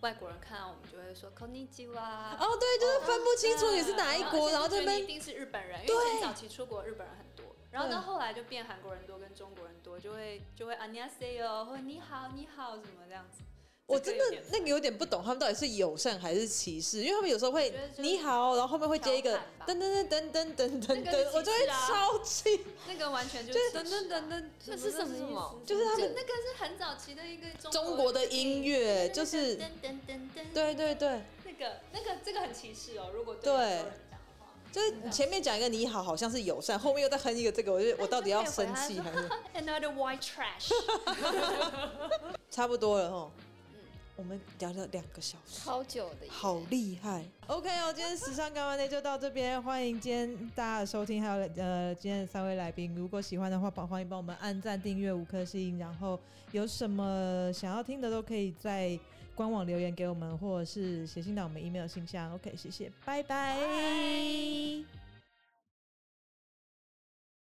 [SPEAKER 4] 外国人看到我们就会说 k o n i c h i w a
[SPEAKER 1] 哦对，就是分不清楚你是哪一国，然
[SPEAKER 4] 然
[SPEAKER 1] 后
[SPEAKER 4] 就
[SPEAKER 1] 这
[SPEAKER 4] 觉得
[SPEAKER 1] 边
[SPEAKER 4] 你一定是日本人，因为以前早期出国日本人很多，然后到
[SPEAKER 1] 对
[SPEAKER 4] 后来就变韩国人多跟中国人多，就会就会안녕하세요或者你好你好什么这样子。
[SPEAKER 1] 我
[SPEAKER 4] 这
[SPEAKER 1] 真
[SPEAKER 4] 个
[SPEAKER 1] 的
[SPEAKER 4] 有点
[SPEAKER 1] 那个有点不懂，他们到底是友善还是歧视？因为他们有时候会
[SPEAKER 4] 我觉得就是
[SPEAKER 1] 你好，然后后面会接一个
[SPEAKER 4] 调侃吧
[SPEAKER 1] 噔噔噔噔噔噔
[SPEAKER 4] 那
[SPEAKER 1] 噔
[SPEAKER 4] 个
[SPEAKER 1] 噔，我
[SPEAKER 4] 是
[SPEAKER 1] 就
[SPEAKER 4] 歧视啊
[SPEAKER 1] 会超气，
[SPEAKER 4] 那个完全就是啊
[SPEAKER 5] 等等等等，
[SPEAKER 2] 这是什么意思？
[SPEAKER 1] 就是他
[SPEAKER 4] 就
[SPEAKER 1] 们
[SPEAKER 4] 那个是很早期的一个
[SPEAKER 1] 中国的音乐，
[SPEAKER 4] 那个
[SPEAKER 1] 就是
[SPEAKER 4] 噔噔噔噔，
[SPEAKER 1] 对对对，
[SPEAKER 4] 那个那个这个很歧视哦，如果
[SPEAKER 1] 对
[SPEAKER 4] 亚洲人讲的话，
[SPEAKER 1] 就是前面讲一个你好，好像是友善，后面又再哼一个这个，我就我到底要生气 还
[SPEAKER 4] 嗯
[SPEAKER 1] 是？
[SPEAKER 4] another white trash，
[SPEAKER 1] 差不多了哈
[SPEAKER 4] 嗯，
[SPEAKER 1] 我们聊了两个小时。
[SPEAKER 2] 超久的耶，
[SPEAKER 1] 好厉害！OK 哦，今天时尚干嘛呢就到这边，欢迎今天大家的收听，还有呃今天的三位来宾，如果喜欢的话，帮欢迎帮我们按赞、订阅五颗星，然后有什么想要听的都可以在官网留言给我们，或者是写信到我们 email 信箱。OK，谢谢，拜拜